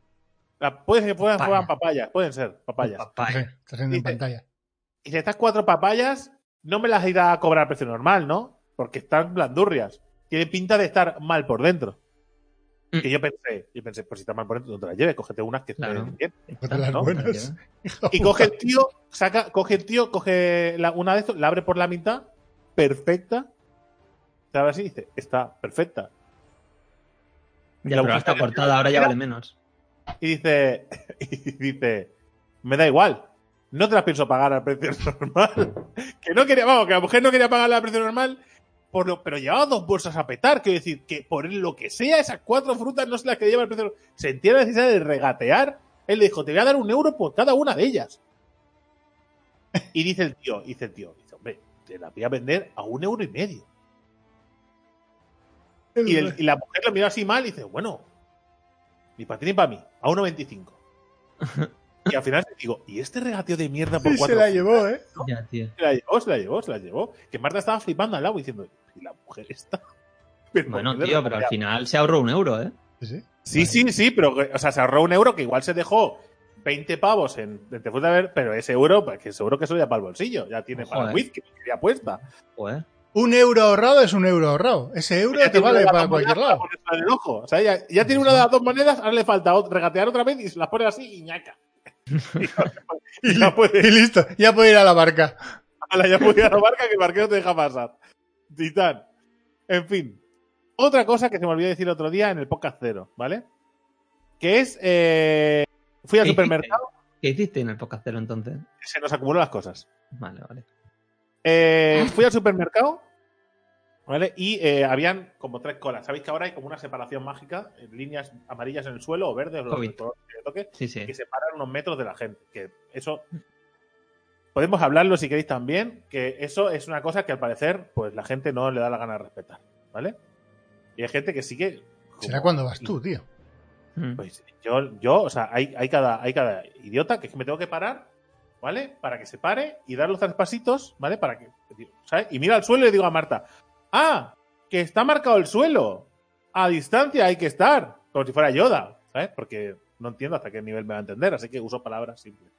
Speaker 1: La- puede ser que puedan
Speaker 2: Papaya.
Speaker 1: jugar papayas, pueden ser
Speaker 2: Pues,
Speaker 1: papayas.
Speaker 3: No sé,
Speaker 2: Papaya.
Speaker 3: está saliendo en
Speaker 1: Dice-
Speaker 3: pantalla.
Speaker 1: Y si estas cuatro papayas, no me las irá a cobrar a precio normal, ¿no? Porque están blandurrias. Tiene pinta de estar mal por dentro.
Speaker 2: Mm.
Speaker 1: Y yo pensé, yo pensé, pues si está mal por dentro, no te las lleves, cógete unas que
Speaker 2: Claro.
Speaker 1: estén bien.
Speaker 3: Otra de las
Speaker 1: ¿no?
Speaker 3: buenas.
Speaker 1: Y coge el tío, saca, coge el tío, coge la- una de estas, la abre por la mitad, perfecta. Se abre así y dice, está perfecta.
Speaker 2: Ya,
Speaker 1: La
Speaker 2: pero
Speaker 1: buscaste
Speaker 2: está
Speaker 1: en
Speaker 2: cortada, ahora ya
Speaker 1: Era-
Speaker 2: vale menos.
Speaker 1: Y dice, y dice, me da igual. No te las pienso pagar al precio normal. que no quería, vamos, que la mujer no quería pagar al precio normal. Por lo, pero llevaba dos bolsas a petar. Quiero decir, que por lo que sea, esas cuatro frutas no se las que lleva el precio normal. Sentía la necesidad de regatear. Él le dijo, te voy a dar un euro por cada una de ellas. Y dice el tío, dice el tío, dice, hombre, te las voy a vender a un euro y medio. Y, el- y la mujer lo miró así mal y dice, bueno, ni para ti ni para mí, a 1.25. y al final digo, ¿y este regateo de mierda por
Speaker 3: Y se
Speaker 1: cuatro?
Speaker 3: la llevó, ¿eh?
Speaker 2: Ya, tío.
Speaker 1: Se la llevó, se la llevó, se la llevó. Que Marta estaba flipando al lado diciendo, ¿y la mujer está?
Speaker 2: Bueno, tío, pero al final se ahorró un euro, ¿eh?
Speaker 3: Sí, sí.
Speaker 1: Sí, sí, sí, pero o sea, se ahorró un euro que igual se dejó 20 pavos en, en Te Fuiste a ver, pero ese euro, pues que seguro que eso ya para el bolsillo, ya tiene para
Speaker 2: Joder.
Speaker 1: el whisky, que ya puesta.
Speaker 2: Joder.
Speaker 3: Un euro ahorrado es un euro ahorrado. Ese euro
Speaker 1: Ya
Speaker 3: te
Speaker 1: tiene
Speaker 3: vale
Speaker 1: una
Speaker 3: para
Speaker 1: de las
Speaker 3: cualquier
Speaker 1: monedas
Speaker 3: lado.
Speaker 1: para ponerla en el ojo. O sea, ya, ya tiene una de las dos monedas, ahora le falta ot- regatear otra vez y se las pone así y ñaca. y ya puede
Speaker 3: Y listo, ya puedo ir a la barca.
Speaker 1: a la ya podía la barca que el barquero te deja pasar. Titán. En fin. Otra cosa que se me olvidó decir otro día en el podcast cero, ¿vale? Que es. eh, fui al
Speaker 2: ¿Qué hiciste?
Speaker 1: supermercado
Speaker 2: ¿Qué hiciste en el podcast cero entonces?
Speaker 1: y se nos acumuló las cosas.
Speaker 2: Vale, vale.
Speaker 1: Eh, fui al supermercado, ¿vale? Y eh, habían como tres colas. Sabéis que ahora hay como una separación mágica, en líneas amarillas en el suelo o verdes, o lo-
Speaker 2: COVID.
Speaker 1: el color que le toque,
Speaker 2: Sí, sí.
Speaker 1: que separan unos metros de la gente. Que eso podemos hablarlo si queréis también, que eso es una cosa que al parecer, pues la gente no le da la gana de respetar, ¿vale? Y hay gente que sí que. como-
Speaker 3: Será cuando vas tú, tío.
Speaker 2: Mm.
Speaker 1: Pues yo, yo, o sea, hay, hay cada, hay cada idiota que es que me tengo que parar, ¿vale? Para que se pare y dar los tres pasitos, ¿vale? Para que. ¿sabes? Y mira al suelo y le digo a Marta, ¡ah! Que está marcado el suelo. A distancia hay que estar. Como si fuera Yoda, ¿sabes? Porque no entiendo hasta qué nivel me va a entender, así que uso palabras simples.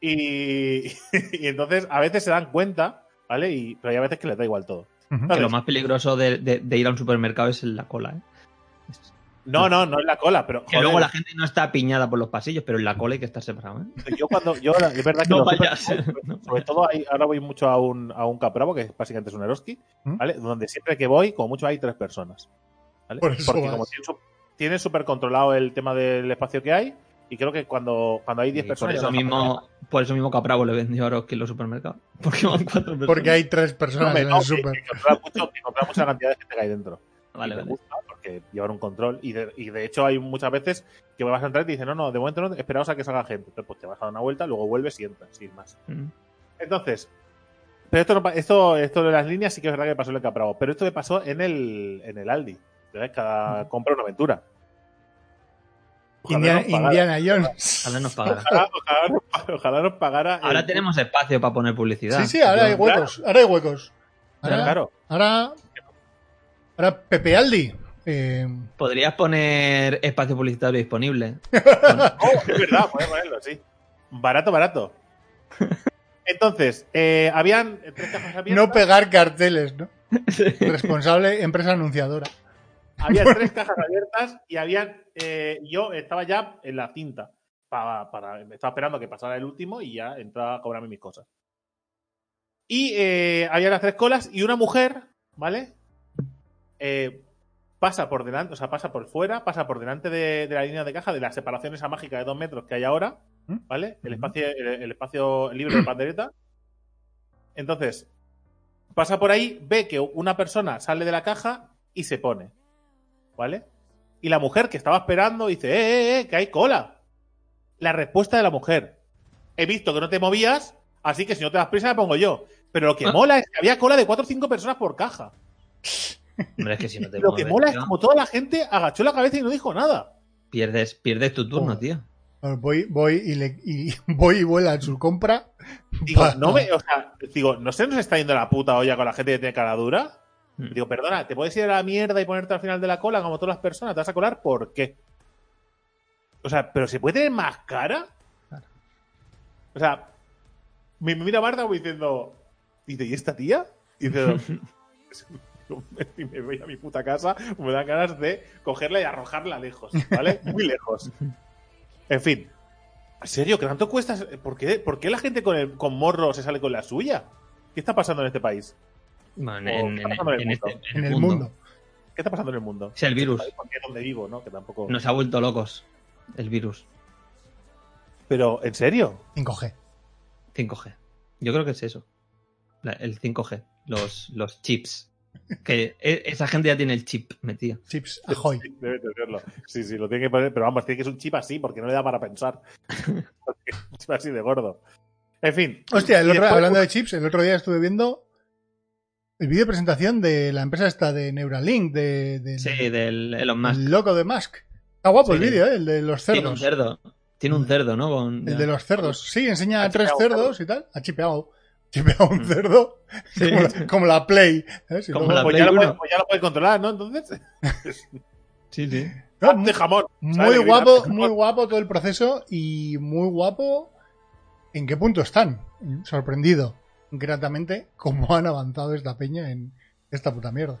Speaker 1: Y, y entonces a veces se dan cuenta, ¿vale? Y, pero hay a veces que les da igual todo.
Speaker 3: Ujú.
Speaker 2: Que
Speaker 1: Pues,
Speaker 2: lo más peligroso de, de- de ir a un supermercado es en la cola, ¿eh? Es-
Speaker 1: No, no, no es la cola, pero.
Speaker 2: Que
Speaker 1: joder,
Speaker 2: luego la gente no está apiñada por los pasillos, pero en la cola hay que estar separado, ¿eh?
Speaker 1: yo cuando. Yo, la- es verdad que
Speaker 2: No
Speaker 1: los-
Speaker 2: vayas. No
Speaker 1: Sobre
Speaker 2: vayas.
Speaker 1: todo ahí, ahora voy mucho a un, a un Capravo, que básicamente es un Eroski,
Speaker 3: ¿Mm?
Speaker 1: ¿vale? Donde siempre que voy, como mucho hay tres personas. ¿vale?
Speaker 3: Por eso
Speaker 1: Porque
Speaker 3: vas.
Speaker 1: como tienen su- tienen súper controlado el tema del espacio que hay, y creo que cuando, cuando hay
Speaker 2: Y
Speaker 1: 10
Speaker 2: por
Speaker 1: personas. ya
Speaker 2: eso
Speaker 1: no
Speaker 2: mismo, por eso mismo Capravo le vendió a que en los supermercados. Porque van cuatro personas.
Speaker 3: Porque hay tres
Speaker 1: No,
Speaker 3: personas
Speaker 1: hombre,
Speaker 3: en
Speaker 1: no,
Speaker 3: el
Speaker 1: que-
Speaker 3: Ah, súper.
Speaker 1: que controla mucho- que controla mucho la cantidad de gente que hay dentro.
Speaker 2: Vale,
Speaker 1: y me
Speaker 2: vale.
Speaker 1: gusta porque llevan un control y de, y de hecho hay muchas veces que vas a entrar y te dicen no, no, de momento no, esperaos a que salga gente. Entonces pues te vas a dar una vuelta, luego vuelves y entras, sin más.
Speaker 2: Mm.
Speaker 1: Entonces, pero esto, no pa- esto, esto de las líneas sí que es verdad que pasó en el Capravo, pero esto me pasó en el, en el Aldi. ¿verdad? Cada compra una aventura. Ojalá
Speaker 3: Indiana,
Speaker 1: nos pagara-
Speaker 3: Indiana Jones.
Speaker 2: Ahora nos pagará.
Speaker 1: Ojalá, ojalá nos pa- ojalá nos pagara. el-
Speaker 2: Ahora tenemos espacio para poner publicidad.
Speaker 3: Sí, sí, ahora hay
Speaker 2: Yo-
Speaker 3: huecos. Ahora hay huecos. Ahora,
Speaker 1: Claro.
Speaker 3: ahora, ahora Pepe Aldi. Eh,
Speaker 2: Podrías poner espacio publicitario disponible.
Speaker 1: Oh, es verdad, podemos ponerlo, sí. Barato, barato. Entonces, eh, habían tres cajas abiertas.
Speaker 3: no pegar carteles, ¿no? Responsable empresa anunciadora.
Speaker 1: Había tres cajas abiertas y habían. eh, yo estaba ya en la cinta. Para, para- estaba esperando a que pasara el último y ya entraba a cobrarme mis cosas. Y eh, había las tres colas y una mujer, ¿vale? Eh, pasa por delante, o sea, pasa por fuera, pasa por delante de, de la línea de caja, de la separación esa mágica de dos metros que hay ahora, ¿vale? El espacio, el, el espacio libre de pandereta. Entonces, pasa por ahí, ve que una persona sale de la caja y se pone. ¿Vale? Y la mujer que estaba esperando dice, eh, eh, eh, que hay cola. La respuesta de la mujer. He visto que no te movías, así que si no te das prisa me pongo yo. Pero lo que mola es que había cola de cuatro o cinco personas por caja.
Speaker 2: Hombre, es que si no te
Speaker 1: Lo que
Speaker 2: mueves,
Speaker 1: mola es
Speaker 2: tío,
Speaker 1: como toda la gente agachó la cabeza y no dijo nada.
Speaker 2: pierdes, pierdes tu turno,
Speaker 3: Joder.
Speaker 2: tío.
Speaker 3: Voy, voy y, le, y voy y vuela en su compra.
Speaker 1: Digo,
Speaker 3: Basta.
Speaker 1: no me, o sea, digo, no se nos está yendo la puta olla con la gente que tiene cara dura.
Speaker 2: Mm.
Speaker 1: Digo, perdona, ¿te puedes ir a la mierda y ponerte al final de la cola como todas las personas? ¿Te vas a colar? ¿Por qué? O sea, ¿pero se puede tener más cara? O sea, me me mira Marta como diciendo, dice, ¿y esta tía? Y dice, y me voy a mi puta casa, me dan ganas de cogerla y arrojarla lejos, ¿vale? Muy lejos. En fin. ¿En serio? ¿Que tanto cuesta? ¿Por qué, por qué la gente con, el, con morro se sale con la suya? ¿Qué está pasando en este país?
Speaker 2: Bueno,
Speaker 1: O
Speaker 2: en,
Speaker 1: está
Speaker 2: en-
Speaker 1: pasando en el
Speaker 2: en este-
Speaker 1: mundo.
Speaker 3: en el oh, mundo.
Speaker 1: ¿Qué está pasando en el mundo?
Speaker 2: Es el virus.
Speaker 1: Porque es donde vivo, ¿no? Que tampoco...
Speaker 2: Nos ha vuelto locos el virus
Speaker 1: Pero, ¿en serio?
Speaker 3: 5G.
Speaker 2: 5G. Yo creo que es eso. La- el 5G. Los, los chips. Que e- esa gente ya tiene el chip metido.
Speaker 3: Chips Ahoy.
Speaker 1: Sí, debe tenerlo. Sí, sí, lo tiene que poner. Pero vamos, tiene que ser un chip así, porque no le da para pensar. Porque es un chip así de gordo. En fin.
Speaker 3: Hostia, el
Speaker 1: Y
Speaker 3: otro-
Speaker 1: después-
Speaker 3: hablando de chips, el otro día estuve viendo el vídeo de presentación de la empresa esta de Neuralink, de, de-
Speaker 2: Sí, del Elon Musk.
Speaker 3: del loco de Musk. Está guapo el
Speaker 2: Sí.
Speaker 3: vídeo, ¿eh? el de los
Speaker 2: Tiene un
Speaker 3: cerdos.
Speaker 2: cerdo. Tiene un cerdo, ¿no? Con-
Speaker 3: El de los cerdos. Sí, enseña
Speaker 1: Ha
Speaker 3: a tres
Speaker 1: chipeado un
Speaker 3: cerdos y tal. Ha chipeado. Chipeado un
Speaker 2: Mm.
Speaker 3: cerdo.
Speaker 2: Sí.
Speaker 3: Como, la, como la Play. ¿eh? Si
Speaker 2: Como
Speaker 3: luego-
Speaker 2: la
Speaker 1: pues, ya lo
Speaker 2: Play
Speaker 1: puede,
Speaker 2: uno.
Speaker 1: pues ya lo puede controlar, ¿no? Entonces.
Speaker 2: Sí, sí.
Speaker 3: No,
Speaker 1: de jamón.
Speaker 3: Muy
Speaker 1: ¿sabes? Le
Speaker 3: guapo,
Speaker 1: gritan,
Speaker 3: muy guapo todo el proceso y muy guapo en qué punto están. Sorprendido, gratamente, cómo han avanzado esta peña en esta puta mierda.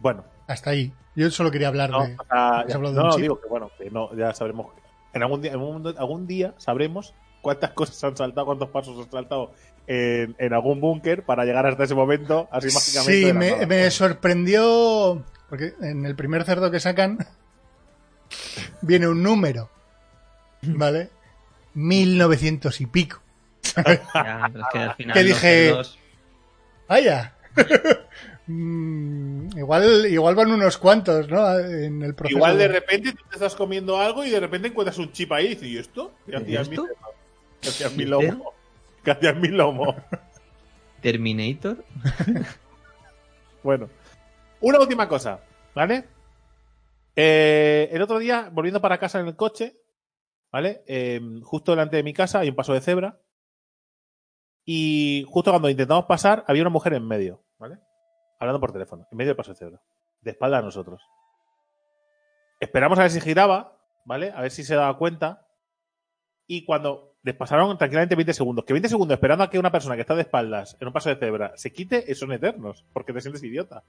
Speaker 1: Bueno,
Speaker 3: Hasta ahí. Yo solo quería hablar
Speaker 1: no,
Speaker 3: de...
Speaker 1: o sea,
Speaker 3: ¿Has hablado de un
Speaker 1: no
Speaker 3: chip?
Speaker 1: digo que bueno, que no, ya sabremos. En algún día, en un- algún día sabremos cuántas cosas han saltado, cuántos pasos han saltado en, en algún búnker para llegar hasta ese momento, así mágicamente. de
Speaker 3: Sí,
Speaker 1: la
Speaker 3: me,
Speaker 1: nada.
Speaker 3: me sorprendió porque en el primer cerdo que sacan viene un número, ¿vale? 1900 y pico.
Speaker 2: Ya, pero es que al final.
Speaker 3: Que
Speaker 2: los
Speaker 3: dije-
Speaker 2: cerdos-
Speaker 3: Vaya. Mm, igual, igual van unos cuantos, ¿no? En el proceso.
Speaker 1: Igual de repente tú te estás comiendo algo y de repente encuentras un chip ahí y dices, ¿y esto? ¿Qué hacía en mi-
Speaker 2: esto?
Speaker 1: qué hacía en mi
Speaker 2: ¿Y
Speaker 1: lomo? ¿Qué hacía en mi lomo?
Speaker 2: Terminator.
Speaker 1: Bueno, una última cosa, ¿vale? Eh, el otro día, volviendo para casa en el coche, ¿vale? Eh, justo delante de mi casa hay un paso de cebra. Y justo cuando intentamos pasar, había una mujer en medio, ¿vale? Hablando por teléfono, en medio del paso de cebra. De espalda a nosotros. Esperamos a ver si giraba, ¿vale? A ver si se daba cuenta. Y cuando les pasaron tranquilamente 20 segundos, que 20 segundos esperando a que una persona que está de espaldas en un paso de cebra se quite, eh, son eternos, porque te sientes idiota,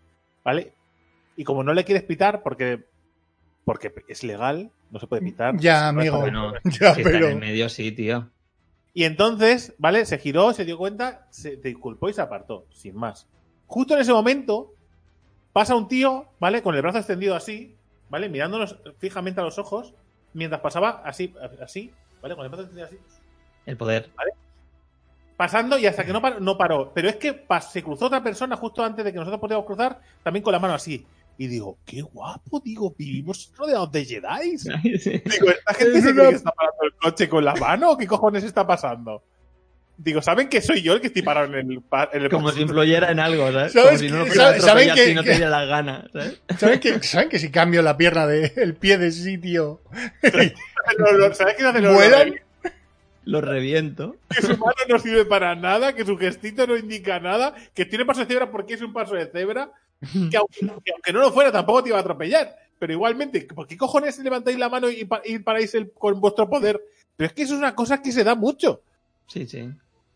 Speaker 1: ¿vale? Y como no le quieres pitar, porque, porque es legal, no se puede pitar.
Speaker 3: Ya,
Speaker 1: No es
Speaker 3: amigo.
Speaker 1: para-
Speaker 2: Bueno,
Speaker 3: Ya,
Speaker 2: si
Speaker 3: pero-
Speaker 2: están en medio, sí, tío.
Speaker 1: y entonces, ¿vale? Se giró, se dio cuenta, se disculpó y se apartó, sin más. Justo en ese momento, pasa un tío, ¿vale? Con el brazo extendido así, ¿vale? Mirándonos fijamente a los ojos, mientras pasaba así, así, ¿vale? Con el brazo extendido así,
Speaker 2: El poder.
Speaker 1: pasando y hasta que no paró, no paró. Pero es que pas- se cruzó otra persona justo antes de que nosotros podíamos cruzar, también con la mano así. Y digo, qué guapo, digo, vivimos rodeados de Jedi.
Speaker 2: Sí.
Speaker 1: Digo, ¿esta gente
Speaker 3: Es
Speaker 1: se
Speaker 3: una-
Speaker 1: cree que está parando el coche con la mano? ¿Qué cojones está pasando? Digo, ¿saben que soy yo el que estoy parado en el, pa- en el
Speaker 2: Como
Speaker 1: paso?
Speaker 2: si influyera en algo, ¿sabes?
Speaker 3: ¿Sabes
Speaker 2: Como si
Speaker 3: qué?
Speaker 2: no lo fuera a
Speaker 3: ¿Sabes- saben
Speaker 2: atropellar
Speaker 3: que-
Speaker 2: si no
Speaker 3: que-
Speaker 2: te diera las ganas, ¿sabes?
Speaker 3: ¿Saben que, saben que si cambio la pierna del pie de sitio?
Speaker 1: Lo- lo- ¿Sabes qué hace lo- lo-
Speaker 3: ¿Vuelan?
Speaker 2: Lo reviento.
Speaker 1: Que su mano no sirve para nada, que su gestito no indica nada, que tiene paso de cebra porque es un paso de cebra, que aunque, que aunque no lo fuera tampoco te iba a atropellar. Pero igualmente, ¿por qué cojones levantáis la mano y, pa- y paráis el- con vuestro poder? Pero es que eso es una cosa que se da mucho.
Speaker 2: Sí, sí.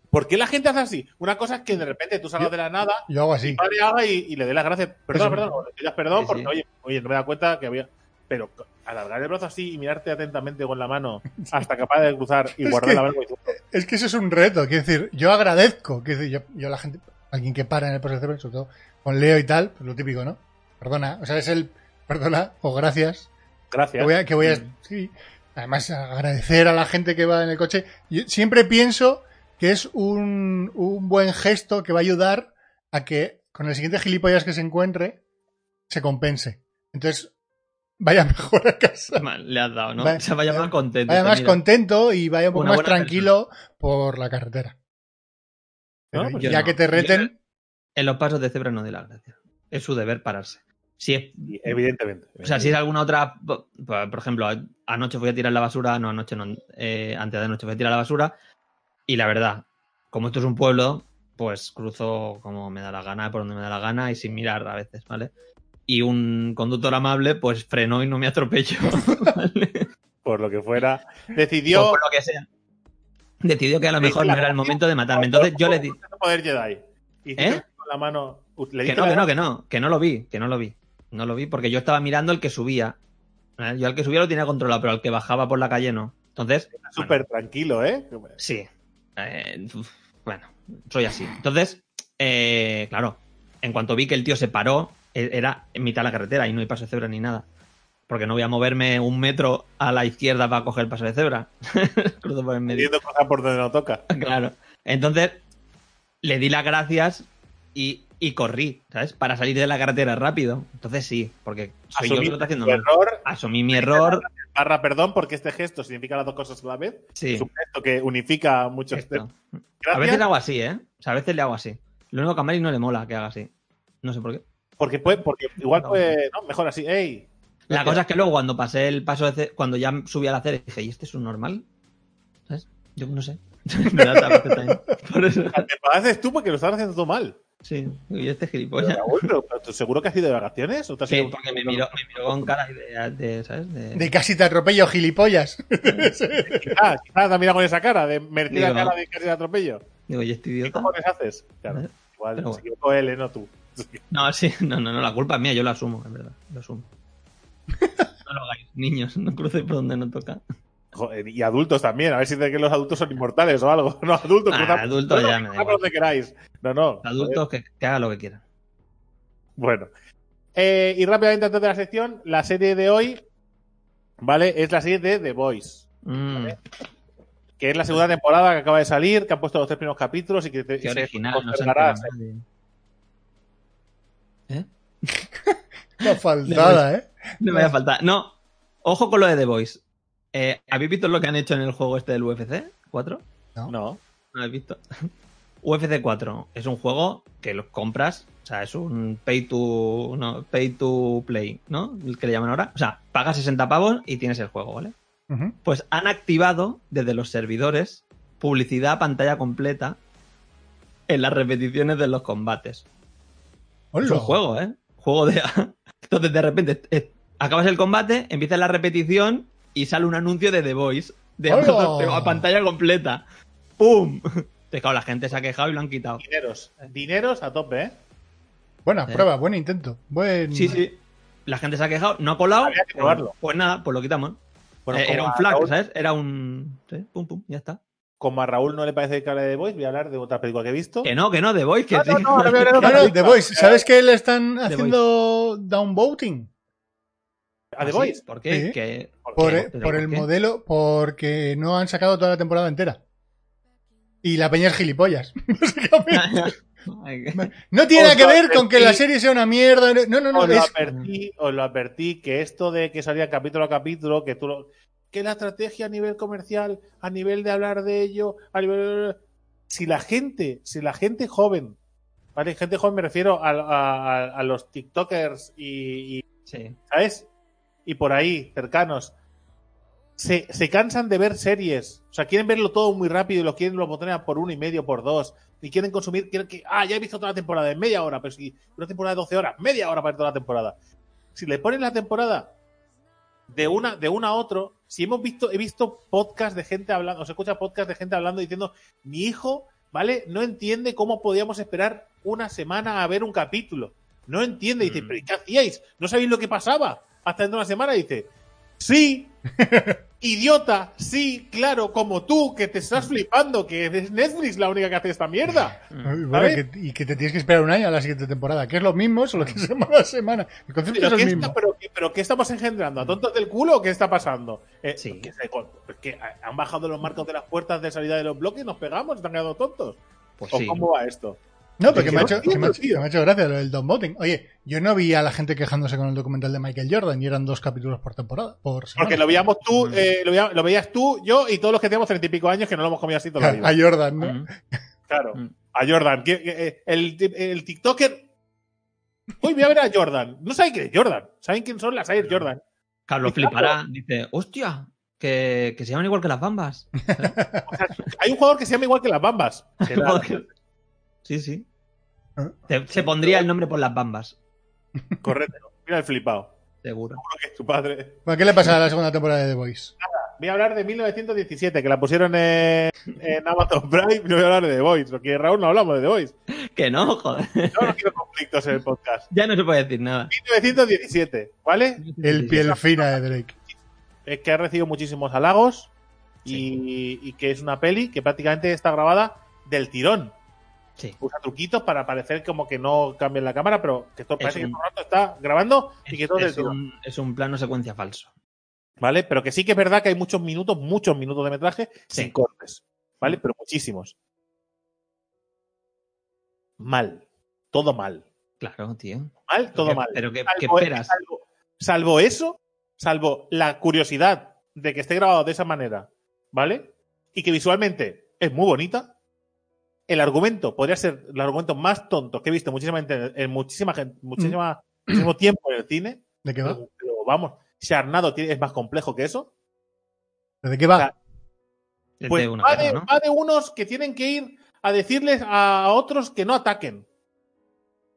Speaker 1: ¿Por qué la gente hace así? Una cosa es que de repente tú salgas de la nada
Speaker 3: Yo hago así.
Speaker 1: padre haga y, y le dé las gracias. Perdón,
Speaker 3: Eso.
Speaker 1: perdón, o le pidas perdón
Speaker 2: Sí,
Speaker 1: porque,
Speaker 2: sí.
Speaker 1: Oye, oye, no me da cuenta que había. Pero alargar el brazo así y mirarte atentamente con la mano hasta capaz de cruzar y
Speaker 3: Es
Speaker 1: guardar
Speaker 3: que-
Speaker 1: la mano. pues, y decir,
Speaker 3: Es que eso es un reto, quiero decir, yo agradezco, quiero decir, yo, yo a la gente, alguien que para en el proceso, de cebra, sobre todo con Leo y tal, pues lo típico, ¿no? Perdona, o sea, es el perdona o gracias, que
Speaker 1: Gracias.
Speaker 3: voy a, que voy a-
Speaker 2: Mm.
Speaker 3: sí. Además, agradecer a la gente que va en el coche. Yo siempre pienso que es un, un buen gesto que va a ayudar a que con el siguiente gilipollas que se encuentre, se compense. Entonces, vaya mejor a casa.
Speaker 2: Mal, le has dado, ¿no?
Speaker 3: Vaya-
Speaker 2: o sea, vaya más contento.
Speaker 3: Vaya más
Speaker 2: mira.
Speaker 3: contento y vaya un poco
Speaker 2: Una
Speaker 3: más
Speaker 2: buena
Speaker 3: tranquilo por la carretera. Pero
Speaker 1: No, pues
Speaker 2: yo
Speaker 3: ya
Speaker 2: no.
Speaker 3: que te reten,
Speaker 2: En los pasos de cebra no de las gracias. Es su deber pararse. Si es,
Speaker 1: Y Evidentemente.
Speaker 2: o sea, si es alguna otra. po- po- Por ejemplo, a- anoche fui a tirar la basura. No, anoche no. eh, antes de anoche fui a tirar la basura. Y la verdad, como esto es un pueblo, pues cruzo como me da la gana, por donde me da la gana y sin mirar a veces, ¿vale? Y un conductor amable, pues frenó y no me atropelló. ¿vale?
Speaker 1: por lo que fuera, decidió
Speaker 2: por lo que sea. Decidió que a lo
Speaker 1: Le
Speaker 2: mejor
Speaker 1: hice la
Speaker 2: no era el
Speaker 1: gracia.
Speaker 2: momento de matarme. Entonces yo le di
Speaker 1: Usted no poder Jedi. Y
Speaker 2: ¿Eh?
Speaker 1: con la mano. Le
Speaker 2: que
Speaker 1: diste
Speaker 2: no,
Speaker 1: la
Speaker 2: que
Speaker 1: gracia.
Speaker 2: no, que no, que no lo vi, que no lo vi. No lo vi porque yo estaba mirando el que subía. ¿eh? Yo al que subía lo tenía controlado, pero al que bajaba por la calle no. Entonces,
Speaker 1: Súper tranquilo, ¿eh?
Speaker 2: Sí. Eh, uf, bueno, soy así. Entonces, eh, claro, en cuanto vi que el tío se paró, e- era en mitad de la carretera y no hay paso de cebra ni nada. Porque no voy a moverme un metro a la izquierda para coger el paso de cebra. Cruzo por el medio.
Speaker 1: Metiendo cosas por donde no toca.
Speaker 2: Claro. Entonces, le di las gracias y, y corrí, ¿sabes? Para salir de la carretera rápido. Entonces sí, porque soy yo que lo está haciendo
Speaker 1: tu
Speaker 2: mal.
Speaker 1: error,
Speaker 2: Asumí mi error.
Speaker 1: barra perdón, porque este gesto significa las dos cosas a la vez.
Speaker 2: Sí.
Speaker 1: Es un gesto que unifica muchos
Speaker 2: esto. A
Speaker 1: Gracias,
Speaker 2: veces hago así, ¿eh? O sea, a veces le hago así. Lo único que a Mari no le mola que haga así. No sé por qué.
Speaker 1: porque, puede- porque igual
Speaker 2: No.
Speaker 1: pues, no, mejor así. ¡Ey!
Speaker 2: La
Speaker 1: Gracias.
Speaker 2: cosa es que luego cuando pasé el paso de ce- cuando ya subí a la acera dije, ¿y este es un normal? ¿Sabes? Yo no sé. Me da tabla también. Por eso.
Speaker 1: Te lo haces tú porque lo estás haciendo tú mal.
Speaker 2: Sí. Y este
Speaker 1: Pero,
Speaker 2: gilipollas.
Speaker 1: Raúl, pero- pero ¿tú ¿Seguro que has ido de vacaciones? ¿O te has
Speaker 2: Que-
Speaker 1: ido-
Speaker 2: porque me miró, me miró con cara de, de- ¿sabes? De-
Speaker 3: De casi te atropello, gilipollas.
Speaker 1: Quizás, quizás la mira con esa cara, de merecer la
Speaker 2: Digo,
Speaker 1: cara de casi de atropello.
Speaker 2: Digo, ¿y este
Speaker 1: ¿Qué
Speaker 2: idiota?
Speaker 1: cojones haces? Claro, igual,
Speaker 2: Pero
Speaker 1: se equivocó él, ¿eh? no tú.
Speaker 2: No, sí. No, no, no. La culpa es mía. Yo lo asumo, en verdad. Lo asumo. No lo hagáis, niños. No crucéis por donde no toca.
Speaker 1: Joder, y adultos también, a ver si de que los adultos son inmortales o algo. No, adultos,
Speaker 2: Ah,
Speaker 1: cruzad-
Speaker 2: adultos
Speaker 1: no, no,
Speaker 2: ya me da
Speaker 1: cruzad por
Speaker 2: igual.
Speaker 1: donde queráis. No, no.
Speaker 2: Adultos que, que haga lo que quieran.
Speaker 1: Bueno. Eh, y rápidamente antes de la sección, la serie de hoy, ¿vale? Es la serie de The Voice,
Speaker 2: Mm,
Speaker 1: que es la segunda temporada que acaba de salir, que han puesto los tres primeros capítulos y que te,
Speaker 2: qué original.
Speaker 1: te
Speaker 2: No se entera
Speaker 1: encargarás.
Speaker 2: nadie.
Speaker 3: Una faltada, ¿eh?
Speaker 2: No me vaya a faltar. No, ojo con lo de The Voice. Eh, ¿Habéis visto lo que han hecho en el juego este del UFC 4?
Speaker 1: No.
Speaker 2: ¿No habéis visto? UFC 4 es un juego que los compras, o sea, es un pay to, no, pay to play, ¿no? El que le llaman ahora. O sea, pagas 60 pavos y tienes el juego, ¿vale?
Speaker 3: Ujú.
Speaker 2: Pues han activado desde los servidores publicidad a pantalla completa en las repeticiones de los combates. Es un
Speaker 3: Hola.
Speaker 2: juego, ¿eh? Juego de. Entonces, de repente, eh, acabas el combate, empieza la repetición y sale un anuncio de The Voice. De
Speaker 3: ¡Hola!
Speaker 2: de- a pantalla completa. ¡Pum! Entonces, claro, la gente se ha quejado y lo han quitado.
Speaker 1: Dineros. Dineros a tope, ¿eh?
Speaker 3: Buena
Speaker 2: Eh.
Speaker 3: prueba, buen intento. Buen...
Speaker 2: Sí, sí. La gente se ha quejado, no ha colado.
Speaker 1: Había que
Speaker 2: pues-
Speaker 1: probarlo.
Speaker 2: Pues nada, pues lo quitamos.
Speaker 1: Bueno,
Speaker 2: Eh, era
Speaker 1: como
Speaker 2: un
Speaker 1: a
Speaker 2: flag,
Speaker 1: Raúl-
Speaker 2: ¿sabes? Era un. sí, Pum, pum, ya está.
Speaker 1: Como a Raúl no le parece que hable de The Voice, voy a hablar de otra película que he visto.
Speaker 2: Que no, que no, The Voice, que
Speaker 1: No,
Speaker 2: sí.
Speaker 1: no, no, ahora voy a hablar de
Speaker 3: No,
Speaker 1: otra
Speaker 3: no,
Speaker 1: película.
Speaker 3: The Voice. ¿Sabes que le están
Speaker 2: eh, The
Speaker 3: haciendo downvoting?
Speaker 1: A The
Speaker 2: ¿Ah, sí?
Speaker 1: Voice.
Speaker 2: ¿Por qué?
Speaker 3: Sí.
Speaker 2: Que-
Speaker 3: Por, e-
Speaker 2: ¿Pero
Speaker 3: por el
Speaker 2: qué?
Speaker 3: modelo, porque no han sacado toda la temporada entera. Y la peña es gilipollas. básicamente.
Speaker 2: Ay, que-
Speaker 3: no tiene
Speaker 1: Os
Speaker 3: nada que
Speaker 1: lo
Speaker 3: ver con que la
Speaker 1: advertí.
Speaker 3: serie sea una mierda. No, no, no.
Speaker 1: os, lo
Speaker 3: Es,
Speaker 1: advertí, os lo advertí que esto de que salía capítulo a capítulo, que tú lo- que la estrategia a nivel comercial, a nivel de hablar de ello, a nivel si la gente, si la gente joven, vale, gente joven me refiero a, a- a- a los TikTokers y, y,
Speaker 2: sí.
Speaker 1: ¿sabes? Y por ahí, cercanos. Se, se cansan de ver series. O sea, quieren verlo todo muy rápido y lo quieren los botones por uno y medio, por dos. Y quieren consumir, quieren que, ah, ya he visto toda la temporada en media hora, pero si una temporada de 12 horas, media hora para ver toda la temporada. Si le pones la temporada de una, de una a otro, si hemos visto, he visto podcast de gente hablando, o se escucha podcast de gente hablando diciendo, mi hijo, ¿vale? No entiende cómo podíamos esperar una semana a ver un capítulo. No entiende, dice,
Speaker 2: Mm.
Speaker 1: pero ¿y ¿qué hacíais? ¿No sabéis lo que pasaba? Hasta dentro de una semana, dice, sí, Idiota, sí, claro, como tú, que te estás flipando, que es Netflix la única que hace esta mierda.
Speaker 2: Mm.
Speaker 3: bueno,
Speaker 1: ¿sabes?
Speaker 3: que- y que te tienes que esperar un año a la siguiente temporada, que es lo mismo, solo que semana a semana. El concepto
Speaker 1: ¿Pero
Speaker 3: es
Speaker 1: qué,
Speaker 3: el
Speaker 1: está-
Speaker 3: mismo.
Speaker 1: pero qué- pero qué estamos engendrando? ¿A tontos del culo o qué está pasando? Eh,
Speaker 2: Sí.
Speaker 1: que se- que han bajado los marcos de las puertas de salida de los bloques y nos pegamos, están quedando tontos.
Speaker 2: Pues
Speaker 1: ¿O
Speaker 2: sí.
Speaker 1: cómo va esto?
Speaker 3: No, porque me ha,
Speaker 1: Pero
Speaker 3: hecho,
Speaker 1: tío,
Speaker 3: que me ha-
Speaker 1: tío.
Speaker 3: que me ha hecho gracia lo del downvoting. Oye, yo no vi a la gente quejándose con el documental de Michael Jordan y eran dos capítulos por temporada. Por semana.
Speaker 1: Porque lo veíamos tú,
Speaker 2: Mm.
Speaker 1: eh, lo, veía- lo veías tú, yo y todos los que tenemos treinta y pico años que no lo hemos comido así toda la vida.
Speaker 3: a Jordan, ¿no?
Speaker 2: Mm.
Speaker 1: Claro.
Speaker 2: Mm.
Speaker 1: A Jordan. que- que- eh, El, ti- el TikToker. Uy, voy a ver a Jordan. No saben quién es Jordan. Saben quién son las Air Jordan.
Speaker 2: Carlos
Speaker 1: Y claro.
Speaker 2: flipará, dice, hostia, que, que se llaman igual que las bambas.
Speaker 1: Hay un jugador que se llama igual que las bambas. Será-
Speaker 2: sí, sí.
Speaker 1: Ah,
Speaker 3: ¿Eh?
Speaker 2: Se, se pondría el nombre por las bambas,
Speaker 1: Correcto. Mira el flipado.
Speaker 2: seguro.
Speaker 1: Porque es tu padre.
Speaker 3: Bueno, ¿Qué le pasa a la segunda temporada de The Voice?
Speaker 1: voy a hablar de 1917, que la pusieron en, en Amazon Prime. No voy a hablar de The Voice, porque Raúl no hablamos de The Voice.
Speaker 2: Que no, joder.
Speaker 1: Yo no quiero conflictos en el podcast.
Speaker 2: Ya no se puede decir nada.
Speaker 1: 1917, ¿vale?
Speaker 3: El piel fina de Drake.
Speaker 1: Es que ha recibido muchísimos halagos y, y que es una peli que prácticamente está grabada del tirón.
Speaker 2: Sí.
Speaker 1: Usa truquitos para parecer como que no cambien la cámara, pero que todo, parece que
Speaker 2: un-
Speaker 1: todo el rato está grabando y que
Speaker 2: Es,
Speaker 1: todo del
Speaker 2: es
Speaker 1: tirón.
Speaker 2: un, es un plano secuencia falso.
Speaker 1: ¿vale? Pero que sí que es verdad que hay muchos minutos, muchos minutos de metraje
Speaker 2: Sí. Mm.
Speaker 1: sin cortes, ¿vale? Pero muchísimos. Mal. Todo mal.
Speaker 2: Claro, tío.
Speaker 1: Mal, todo
Speaker 2: ¿Qué-
Speaker 1: mal. pues,
Speaker 2: Pero ¿qué, qué
Speaker 1: Salvo, e-
Speaker 2: esperas?
Speaker 1: salvo- salvo eso, salvo la curiosidad de que esté grabado de esa manera, ¿vale? Y que visualmente es muy bonita. El argumento podría ser el argumento más tonto que he visto muchísima, en, en muchísima gente,
Speaker 2: Mm.
Speaker 1: muchísima, muchísimo tiempo en el cine.
Speaker 3: ¿De qué
Speaker 2: ¿Ah?
Speaker 3: va?
Speaker 1: Pero, pero vamos, Sharnado tiene- es más complejo que eso.
Speaker 3: ¿De qué va?
Speaker 2: Es
Speaker 1: Pues
Speaker 2: de una
Speaker 1: va,
Speaker 2: guerra,
Speaker 1: de,
Speaker 2: ¿no?
Speaker 1: va de unos que tienen que ir a decirles a otros que no ataquen.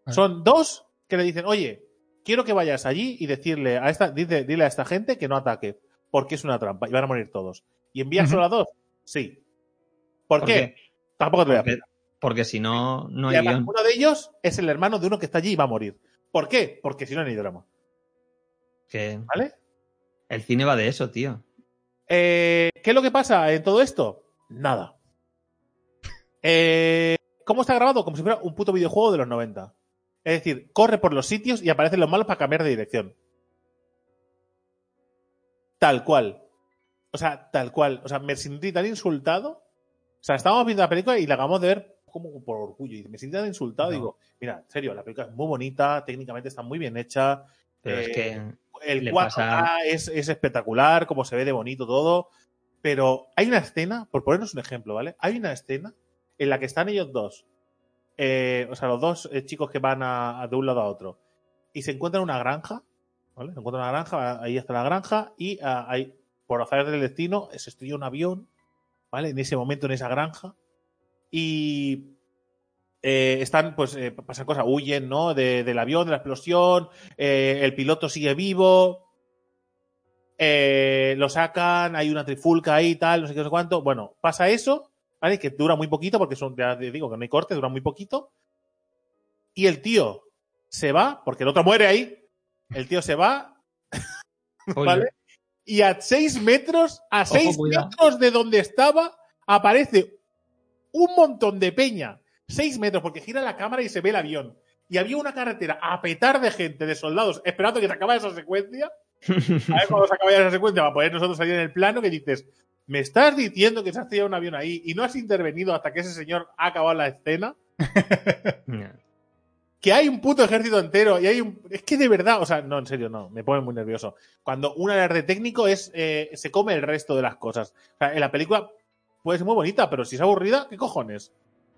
Speaker 3: Ah.
Speaker 1: Son dos que le dicen, oye, quiero que vayas allí y decirle a esta, dice- dile a esta gente que no ataque, porque es una trampa y van a morir todos. ¿Y envías
Speaker 3: Ujú.
Speaker 1: solo a dos? Sí. ¿Por,
Speaker 2: ¿Por
Speaker 1: qué?
Speaker 2: qué?
Speaker 1: Tampoco te voy a
Speaker 2: Porque, porque si no, no
Speaker 1: y
Speaker 2: hay
Speaker 1: además,
Speaker 2: guión.
Speaker 1: uno de ellos es el hermano de uno que está allí y va a morir. ¿Por qué? Porque si no, ni drama.
Speaker 2: Que
Speaker 1: ¿Vale?
Speaker 2: el cine va de eso, tío.
Speaker 1: Eh, ¿Qué es lo que pasa en todo esto? Nada. Eh, ¿Cómo está grabado? Como si fuera un puto videojuego de los 90. Es decir, corre por los sitios y aparecen los malos para cambiar de dirección. Tal cual. O sea, tal cual. O sea, me sentí tan insultado. O sea, estábamos viendo la película y la acabamos de ver como por orgullo. Y me sentí tan insultado.
Speaker 2: No.
Speaker 1: Digo, mira, en serio, la película es muy bonita, técnicamente está muy bien hecha.
Speaker 2: Pero
Speaker 1: Eh,
Speaker 2: es que
Speaker 1: el
Speaker 2: Le
Speaker 1: 4K
Speaker 2: pasa-
Speaker 1: es, es espectacular, como se ve de bonito todo. Pero hay una escena, por ponernos un ejemplo, ¿vale? Hay una escena en la que están ellos dos. eh, o sea, los dos eh, chicos que van a- a de un lado a otro. Y se encuentran en una granja, ¿vale? Se encuentran en una granja, ahí está la granja, y ah, hay, por azares del destino, se estrella un avión, ¿vale? En ese momento, en esa granja. Y eh, están, pues, eh, pasan cosas, huyen, ¿no? De- del avión, de la explosión, eh, el piloto sigue vivo, eh, lo sacan, hay una trifulca ahí, tal, no sé qué, no sé cuánto. Bueno, pasa eso, ¿vale? Que dura muy poquito, porque son, ya te digo que no hay corte, dura muy poquito. Y el tío se va, porque el otro muere ahí, el tío se va,
Speaker 2: Oye,
Speaker 1: ¿vale? Y a seis metros, a seis
Speaker 2: cuidado.
Speaker 1: metros de donde estaba, aparece un montón de peña. Seis metros, porque gira la cámara y se ve el avión. Y había una carretera a petar de gente, de soldados, esperando que se acabara esa secuencia. A ver cuando se acaba ya esa secuencia, va a poder nosotros salir en el plano que dices, me estás diciendo que se ha estrellado un avión ahí y no has intervenido hasta que ese señor ha acabado la escena, que hay un puto ejército entero y hay un... Es que de verdad, o sea, no, en serio, no, me pone muy nervioso. Cuando un alarde técnico es, eh, se come el resto de las cosas. O sea, en la película puede ser muy bonita, pero si es aburrida, ¿qué cojones?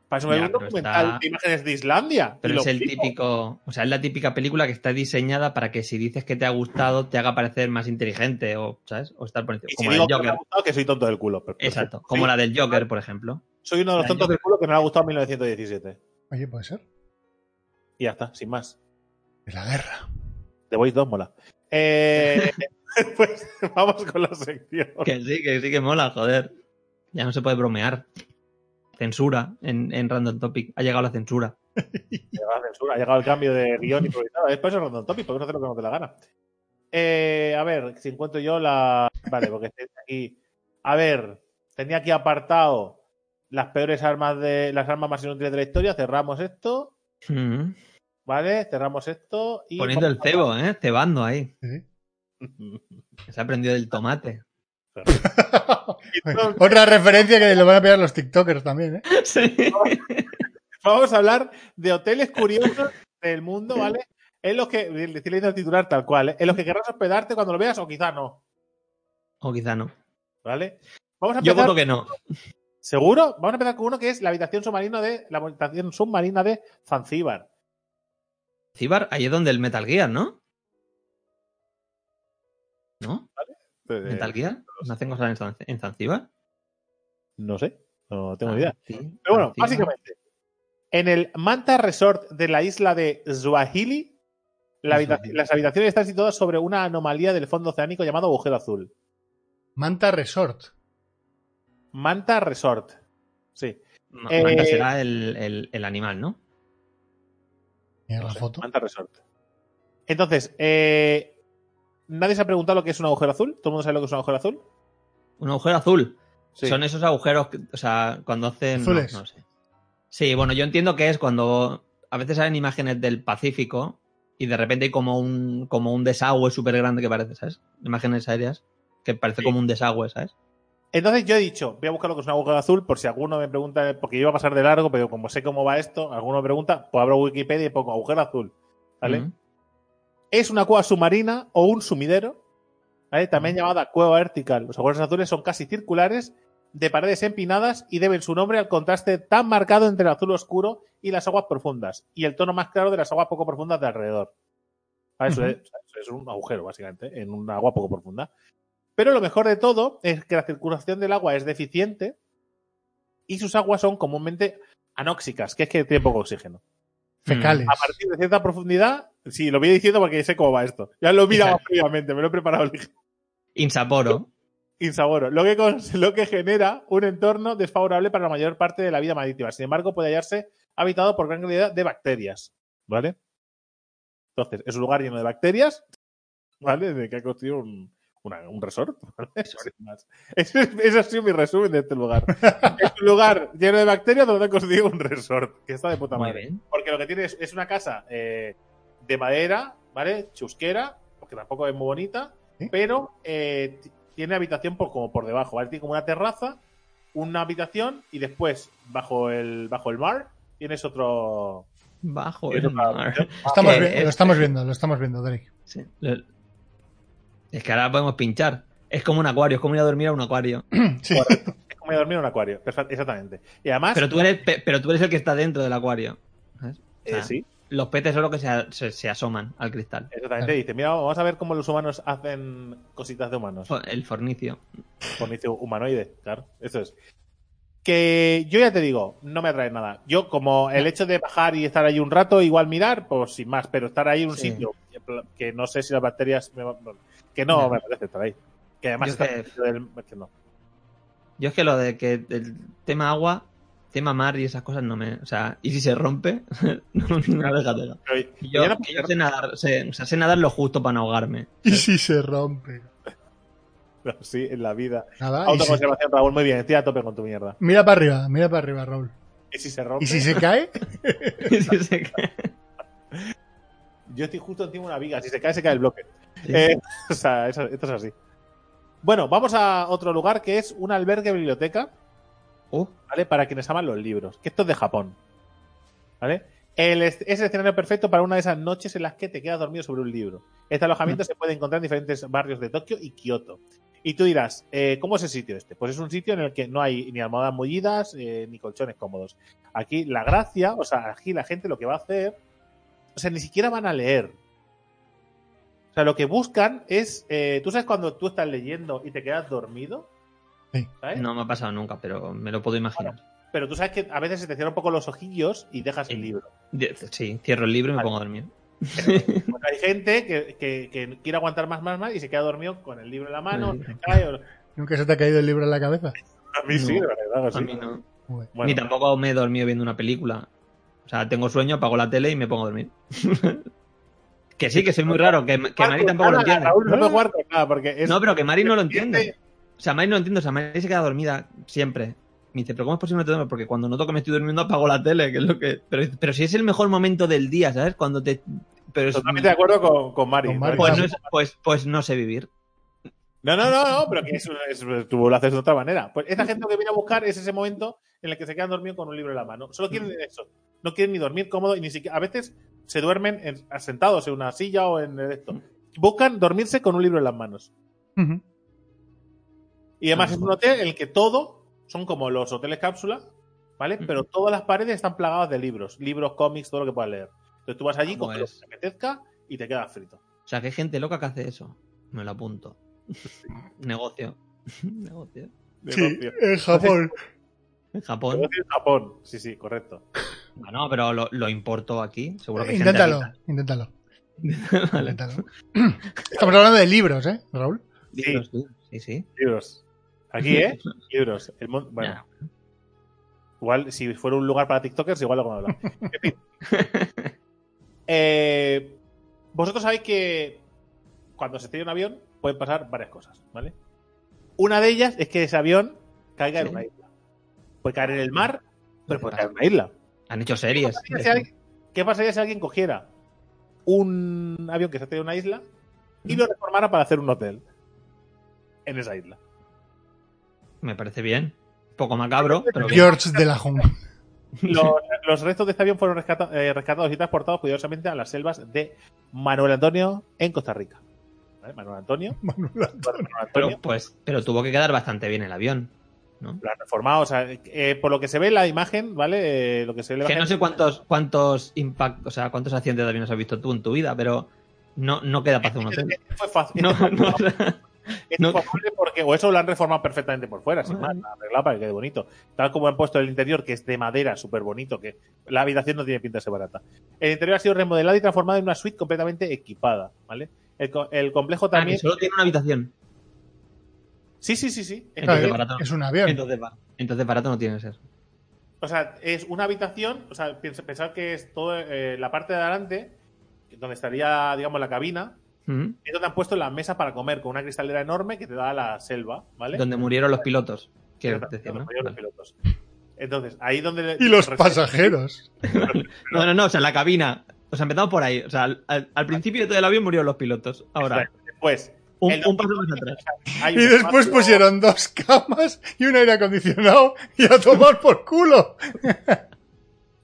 Speaker 1: Para eso me
Speaker 2: Ya,
Speaker 1: veo un
Speaker 2: pero
Speaker 1: documental
Speaker 2: está-
Speaker 1: de imágenes de Islandia. y
Speaker 2: Pero
Speaker 1: lo
Speaker 2: es el
Speaker 1: flipo.
Speaker 2: típico, o sea, es la típica película que está diseñada para que si dices que te ha gustado, te haga parecer más inteligente o, ¿sabes? O estar por encima.
Speaker 1: Y si
Speaker 2: Como la
Speaker 1: digo
Speaker 2: del
Speaker 1: que no me ha
Speaker 2: Joker.
Speaker 1: gustado, que soy tonto del culo. Perfecto.
Speaker 2: Exacto.
Speaker 1: Sí,
Speaker 2: Como la del Joker, por ejemplo.
Speaker 1: Soy uno de los
Speaker 2: la
Speaker 1: tontos del culo que no le ha gustado 1917.
Speaker 3: Oye, puede ser.
Speaker 1: Y ya está, sin más.
Speaker 3: Es la guerra.
Speaker 1: The Voice 2 mola. Eh, pues vamos con la sección.
Speaker 2: Que sí, que sí que mola, joder. Ya no se puede bromear. Censura en, en Random Topic. Ha llegado la censura.
Speaker 1: Llegado la censura, ha llegado el cambio de guión improvisado. Es por eso Random Topic, porque no hacer lo que nos dé la gana. Eh, a ver, si encuentro yo la. Vale, porque estoy aquí. A ver, tenía aquí apartado las peores armas de. las armas más inútiles de la historia. Cerramos esto.
Speaker 2: Mm.
Speaker 1: ¿Vale? Cerramos esto. Y
Speaker 2: Poniendo el cebo, ¿eh? Cebando ahí.
Speaker 3: Sí.
Speaker 2: Se ha aprendido del tomate.
Speaker 1: Entonces,
Speaker 3: Otra referencia que le van a pegar los TikTokers también, ¿eh?
Speaker 2: Sí.
Speaker 1: Vamos a hablar de hoteles curiosos del mundo, ¿vale? En los que, le estoy leyendo el titular tal cual, ¿eh? en los que querrás hospedarte cuando lo veas o quizá no,
Speaker 2: O quizá no.
Speaker 1: ¿vale? Vamos a
Speaker 2: Yo
Speaker 1: empezar,
Speaker 2: voto que no.
Speaker 1: ¿seguro? Vamos a empezar con uno que es la habitación submarina de, la habitación submarina de Zanzíbar.
Speaker 2: Cibar, ahí es donde el Metal Gear, ¿no? ¿No? ¿Metal Gear? ¿No hacen cosas en Zan- en Zanzíbar?
Speaker 1: No sé, no tengo ni
Speaker 2: Ah,
Speaker 1: idea.
Speaker 2: sí,
Speaker 1: Pero bueno,
Speaker 2: Zanzíbar.
Speaker 1: básicamente, en el Manta Resort de la isla de Swahili, la habita-
Speaker 2: Swahili.
Speaker 1: las habitaciones están situadas sobre una anomalía del fondo oceánico llamado agujero azul.
Speaker 3: Manta Resort.
Speaker 1: Manta Resort. Sí.
Speaker 2: Ma-
Speaker 1: Eh,
Speaker 2: Manta será el, el- el animal, ¿no?
Speaker 3: Mira
Speaker 1: No
Speaker 3: la
Speaker 1: sé,
Speaker 3: foto.
Speaker 1: Manta Resort. Entonces, eh, nadie se ha preguntado lo que es un agujero azul. ¿Todo el mundo sabe lo que es un agujero azul?
Speaker 2: Un agujero azul.
Speaker 1: Sí.
Speaker 2: Son esos agujeros, que- o sea, cuando hacen... no,
Speaker 3: Azules.
Speaker 2: No, sé. Sí, bueno, yo entiendo que es cuando a veces salen imágenes del Pacífico y de repente hay como un, como un desagüe súper grande que parece, ¿sabes? Imágenes aéreas que parece
Speaker 1: Sí.
Speaker 2: como un desagüe, ¿sabes?
Speaker 1: Entonces yo he dicho, voy a buscar lo que es un agujero azul por si alguno me pregunta, porque yo iba a pasar de largo, pero como sé cómo va esto, alguno me pregunta, pues abro Wikipedia y pongo agujero azul. ¿Vale?
Speaker 2: Mm.
Speaker 1: Es una cueva submarina o un sumidero, ¿vale? también llamada cueva vertical. Los agujeros azules son casi circulares, de paredes empinadas y deben su nombre al contraste tan marcado entre el azul oscuro y las aguas profundas, y el tono más claro de las aguas poco profundas de alrededor. ¿Vale? Eso,
Speaker 2: Ujú.
Speaker 1: es, eso es un agujero, básicamente, en un agua poco profunda. Pero lo mejor de todo es que la circulación del agua es deficiente y sus aguas son comúnmente anóxicas, que es que tiene poco oxígeno.
Speaker 3: Fecales.
Speaker 1: A partir de cierta profundidad, sí, lo voy diciendo porque sé cómo va esto. Ya lo he mirado
Speaker 2: Exacto.
Speaker 1: previamente, me lo he preparado el
Speaker 2: Insaporo.
Speaker 1: insaboro. Lo que, cons- lo que genera un entorno desfavorable para la mayor parte de la vida marítima. Sin embargo, puede hallarse habitado por gran cantidad de bacterias. ¿Vale? Entonces, es un lugar lleno de bacterias, ¿vale? De que ha construido un, una- un resort. ¿vale? Sin más. Ese, ese ha sido mi resumen de este lugar. es un lugar lleno de bacterias donde han construido un resort, que está de puta
Speaker 2: Muy
Speaker 1: madre.
Speaker 2: bien.
Speaker 1: Porque lo que tiene es, es una casa eh, de madera, ¿vale? Chusquera, porque tampoco es muy bonita,
Speaker 3: ¿Sí?
Speaker 1: pero eh, t- tiene habitación por, como por debajo, ¿vale? Tiene como una terraza, una habitación y después, bajo el, bajo el mar, tienes otro...
Speaker 2: Bajo
Speaker 1: tienes
Speaker 2: el
Speaker 1: otra
Speaker 2: mar.
Speaker 1: habitación.
Speaker 3: Lo estamos
Speaker 2: Eh,
Speaker 3: vi-
Speaker 1: este.
Speaker 2: eh,
Speaker 3: lo estamos viendo, lo estamos viendo, Drake.
Speaker 2: Sí. Lo- Es que ahora podemos pinchar. Es como un acuario, es como ir a dormir a un acuario.
Speaker 3: Sí.
Speaker 1: Es como dormir en un acuario, perfa- exactamente. Y además...
Speaker 2: Pero tú eres, pe- pero tú eres el que está dentro del acuario. ¿sabes? O
Speaker 1: eh,
Speaker 2: sea,
Speaker 1: sí,
Speaker 2: Los peces son los que se, a- se- se asoman al cristal.
Speaker 1: exactamente. Dice, mira, vamos a ver cómo los humanos hacen cositas de humanos.
Speaker 2: Fo- El fornicio.
Speaker 1: fornicio humanoide, claro, eso es. Que yo ya te digo, no me atrae nada. Yo, como el hecho de bajar y estar ahí un rato, igual mirar, pues sin más, pero estar ahí en un
Speaker 2: Sí.
Speaker 1: sitio que, que no sé si las bacterias. me va- que no
Speaker 2: Ya.
Speaker 1: me apetece estar ahí. Que además
Speaker 2: Yo
Speaker 1: está
Speaker 2: que-
Speaker 1: dentro del- que no.
Speaker 2: Yo es que lo de que el tema agua, tema mar y esas cosas no me. O sea, y si se rompe, no, no deja de
Speaker 1: Pero
Speaker 2: Yo,
Speaker 1: mañana-
Speaker 2: que yo sé nadar, sé- o sea, sé nadar lo justo para no ahogarme.
Speaker 3: Y si se rompe.
Speaker 1: sí, en la vida.
Speaker 3: Nada. Ah, y si-
Speaker 1: Autoconservación, Raúl, muy bien, estoy a tope con tu mierda.
Speaker 3: Mira para arriba, mira para arriba, Raúl.
Speaker 1: ¿Y si se rompe?
Speaker 3: ¿Y si se cae?
Speaker 2: Y si se cae-
Speaker 1: Yo estoy justo encima de una viga, si se cae, se cae el bloque.
Speaker 2: sí.
Speaker 1: Eh, o sea, eso- esto es así. Bueno, vamos a otro lugar que es un albergue biblioteca.
Speaker 2: Uh,
Speaker 1: ¿vale? Para quienes aman los libros, que esto es de Japón, ¿vale? El es es el escenario perfecto para una de esas noches en las que te quedas dormido sobre un libro. Este alojamiento se puede encontrar en diferentes barrios de Tokio y Kioto. Y tú dirás, eh, ¿cómo es el sitio este? Pues es un sitio en el que no hay ni almohadas mullidas eh, ni colchones cómodos. Aquí la gracia, o sea, aquí la gente lo que va a hacer, o sea, ni siquiera van a leer. O sea, lo que buscan es, eh, tú sabes cuando tú estás leyendo y te quedas dormido,
Speaker 3: Sí.
Speaker 1: ¿sabes?
Speaker 2: no me ha pasado nunca, pero me lo puedo imaginar.
Speaker 1: Pero tú sabes que a veces se te cierran un poco los ojillos y dejas el
Speaker 2: Sí.
Speaker 1: libro.
Speaker 2: Die- Sí, cierro el libro y me
Speaker 1: Vale.
Speaker 2: pongo a dormir.
Speaker 1: Porque pues, hay gente que, que- que quiere aguantar más, más, más y se queda dormido con el libro en la mano,
Speaker 2: Sí.
Speaker 1: se cae. o-
Speaker 3: ¿Nunca se te ha caído el libro en la cabeza?
Speaker 1: A mí sí,
Speaker 2: No.
Speaker 1: la verdad, Pues sí.
Speaker 2: A mí no.
Speaker 3: Bueno,
Speaker 1: Bueno,
Speaker 2: Ni tampoco me he dormido viendo una película. O sea, tengo sueño, apago la tele y me pongo a dormir. que sí, que soy muy raro, que, que
Speaker 1: jugar
Speaker 2: Mari
Speaker 1: con
Speaker 2: tampoco lo
Speaker 1: nada,
Speaker 2: entiende.
Speaker 1: Raúl, no puedo jugar con nada porque es.
Speaker 2: No, pero que Mari no lo
Speaker 1: entiende.
Speaker 2: entiende. O sea, Mari no lo entiende. O sea, Mari se queda dormida siempre. Me dice, ¿pero cómo es posible que no te duermes? Porque cuando noto que me estoy durmiendo apago la tele, que es lo que... Pero, pero si es el mejor momento del día, ¿sabes? Cuando te... Pero es-
Speaker 1: Totalmente de acuerdo con, con Mari.
Speaker 3: Con Mari.
Speaker 1: Pues
Speaker 2: Pues no, es- pues, pues no sé vivir.
Speaker 1: No, no, no, no, pero que es, es- tú lo haces de otra manera. Pues esta gente lo que viene a buscar es ese momento en el que se quedan dormidos con un libro en la mano. Solo quieren eso. No quieren ni dormir cómodo y ni siquiera. A veces se duermen en- sentados en una silla o en esto. Buscan dormirse con un libro en las manos.
Speaker 3: ujú.
Speaker 1: Y además
Speaker 2: Ah,
Speaker 1: es un
Speaker 2: bueno.
Speaker 1: hotel en el que todo son como los hoteles cápsula, ¿vale?
Speaker 2: Mm.
Speaker 1: Pero todas las paredes están plagadas de libros, libros, cómics, todo lo que puedas leer. Entonces tú vas allí,
Speaker 2: ¿Cómo
Speaker 1: con lo que
Speaker 2: es?
Speaker 1: te apetezca y te quedas frito.
Speaker 2: O sea, que hay gente loca que hace eso. Me lo apunto. Negocio. Negocio.
Speaker 3: Sí,
Speaker 1: Negocio.
Speaker 3: en Japón.
Speaker 2: En Japón.
Speaker 1: Negocio en Japón. Sí, sí, correcto.
Speaker 2: Bueno, pero lo, lo importo aquí. Seguro que hay gente
Speaker 3: Inténtalo,
Speaker 2: aquí.
Speaker 3: inténtalo,
Speaker 2: Vale.
Speaker 3: inténtalo. Estamos hablando de libros, ¿eh, Raúl?
Speaker 1: Sí.
Speaker 2: pues Dinos tú. Sí, sí.
Speaker 1: Libros. Aquí, ¿eh? Libros. El mon- bueno,
Speaker 2: Nah.
Speaker 1: Igual, si fuera un lugar para TikTokers, igual lo como hablar. En fin. Eh, vosotros sabéis que cuando se tira un avión pueden pasar varias cosas, ¿vale? Una de ellas es que ese avión caiga en
Speaker 2: Sí.
Speaker 1: una isla. Puede caer en el mar, pero puede caer en una isla.
Speaker 2: Han hecho series.
Speaker 1: ¿Qué pasaría si alguien- ¿Qué pasaría si alguien cogiera un avión que se ha tirado en una isla y lo reformara para hacer un hotel en esa isla?
Speaker 2: Me parece bien. Poco macabro, pero bien.
Speaker 3: George de la Jungle.
Speaker 1: Los, los restos de este avión fueron rescata- eh, rescatados y transportados cuidadosamente a las selvas de Manuel Antonio en Costa Rica. ¿Vale? Manuel Antonio.
Speaker 3: Manuel Antonio.
Speaker 1: Manuel Antonio.
Speaker 2: pero, pues, pero tuvo que quedar bastante bien el avión. ¿no?
Speaker 1: Lo han reformado. o sea, eh, por lo que se ve en la imagen, ¿vale? Eh, lo que se ve en la
Speaker 2: Que no
Speaker 1: imagen-
Speaker 2: sé cuántos, cuántos impactos, o sea, cuántos accidentes de aviones has visto tú en tu vida, pero no, no queda para hacer un hotel. Ah,
Speaker 1: Este fue fácil.
Speaker 2: No,
Speaker 1: este fue-
Speaker 2: no, o sea,
Speaker 1: este
Speaker 2: no.
Speaker 1: fue fácil porque, o eso lo han reformado perfectamente por fuera, sin
Speaker 2: Bueno.
Speaker 1: más, lo han arreglado para que quede bonito. Tal como han puesto el interior, que es de madera, súper bonito, que la habitación no tiene pinta de ser barata. El interior ha sido remodelado y transformado en una suite completamente equipada, ¿vale? El, co- el complejo
Speaker 2: ah, que
Speaker 1: también.
Speaker 2: solo tiene una habitación.
Speaker 1: Sí, sí, sí, sí.
Speaker 2: Entonces,
Speaker 3: Claro,
Speaker 1: El-
Speaker 3: es-
Speaker 2: barato.
Speaker 3: es un avión.
Speaker 2: Entonces, ba- entonces barato no tiene que ser.
Speaker 1: O sea, es una habitación, o sea, piensa- pensad que es todo eh, la parte de adelante, donde estaría, digamos, la cabina,
Speaker 2: Ujú.
Speaker 1: es donde han puesto las mesas para comer con una cristalera enorme que te da la selva, ¿vale?
Speaker 2: Donde murieron los pilotos. Quiero
Speaker 1: Exacto,
Speaker 2: decir,
Speaker 1: donde
Speaker 2: ¿no?
Speaker 1: murieron los
Speaker 2: Vale.
Speaker 1: pilotos. Entonces, ahí donde...
Speaker 3: Y los pasajeros.
Speaker 2: No, no, no, o sea, la cabina. O sea, empezamos por ahí. O sea, al, al- al principio del avión murieron los pilotos. Ahora,
Speaker 1: Pues,
Speaker 2: un,
Speaker 1: El-
Speaker 2: un paso más atrás.
Speaker 1: hay un
Speaker 3: Y después
Speaker 1: espacio-
Speaker 3: pusieron dos camas y un aire acondicionado y a tomar por culo.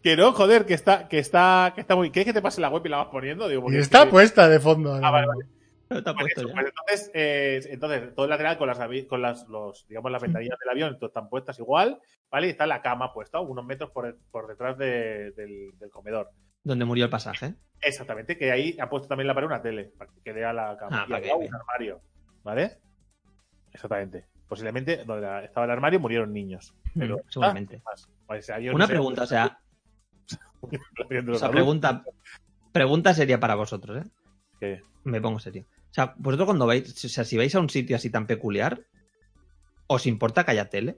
Speaker 1: Que no, joder, que está, que está, que está muy... ¿Quieres que te pase la web y la vas poniendo? Digo,
Speaker 3: Y
Speaker 1: porque es
Speaker 3: está
Speaker 1: que-
Speaker 3: puesta de fondo.
Speaker 1: Ah, vale, vale.
Speaker 2: Pero está
Speaker 1: Pues
Speaker 2: puesto
Speaker 1: eso,
Speaker 2: ya.
Speaker 1: pues entonces, eh, entonces, todo el lateral con las, avi- con las los, digamos, las ventanillas del avión todas están puestas igual, ¿vale? Y está la cama puesta, unos metros por, por detrás de- del, del comedor.
Speaker 2: Donde murió el pasaje.
Speaker 1: Exactamente, que ahí ha puesto también la pared una tele, para que quede a la cama.
Speaker 2: Ah,
Speaker 1: y
Speaker 2: para
Speaker 1: al
Speaker 2: que
Speaker 1: lado
Speaker 2: vea.
Speaker 1: un armario, ¿vale? Exactamente. Posiblemente donde la- estaba el armario murieron niños. Pero
Speaker 2: Mm, seguramente.
Speaker 1: ah, más. Vale, ese avión,
Speaker 2: Una
Speaker 1: no sé,
Speaker 2: pregunta, o sea,
Speaker 1: el avión de
Speaker 2: o
Speaker 1: los adultos,
Speaker 2: sea, pregunta, pregunta sería para vosotros, ¿eh?
Speaker 1: que-
Speaker 2: Me pongo serio. O sea, vosotros cuando vais, o sea, si vais a un sitio así tan peculiar, ¿os importa que haya tele?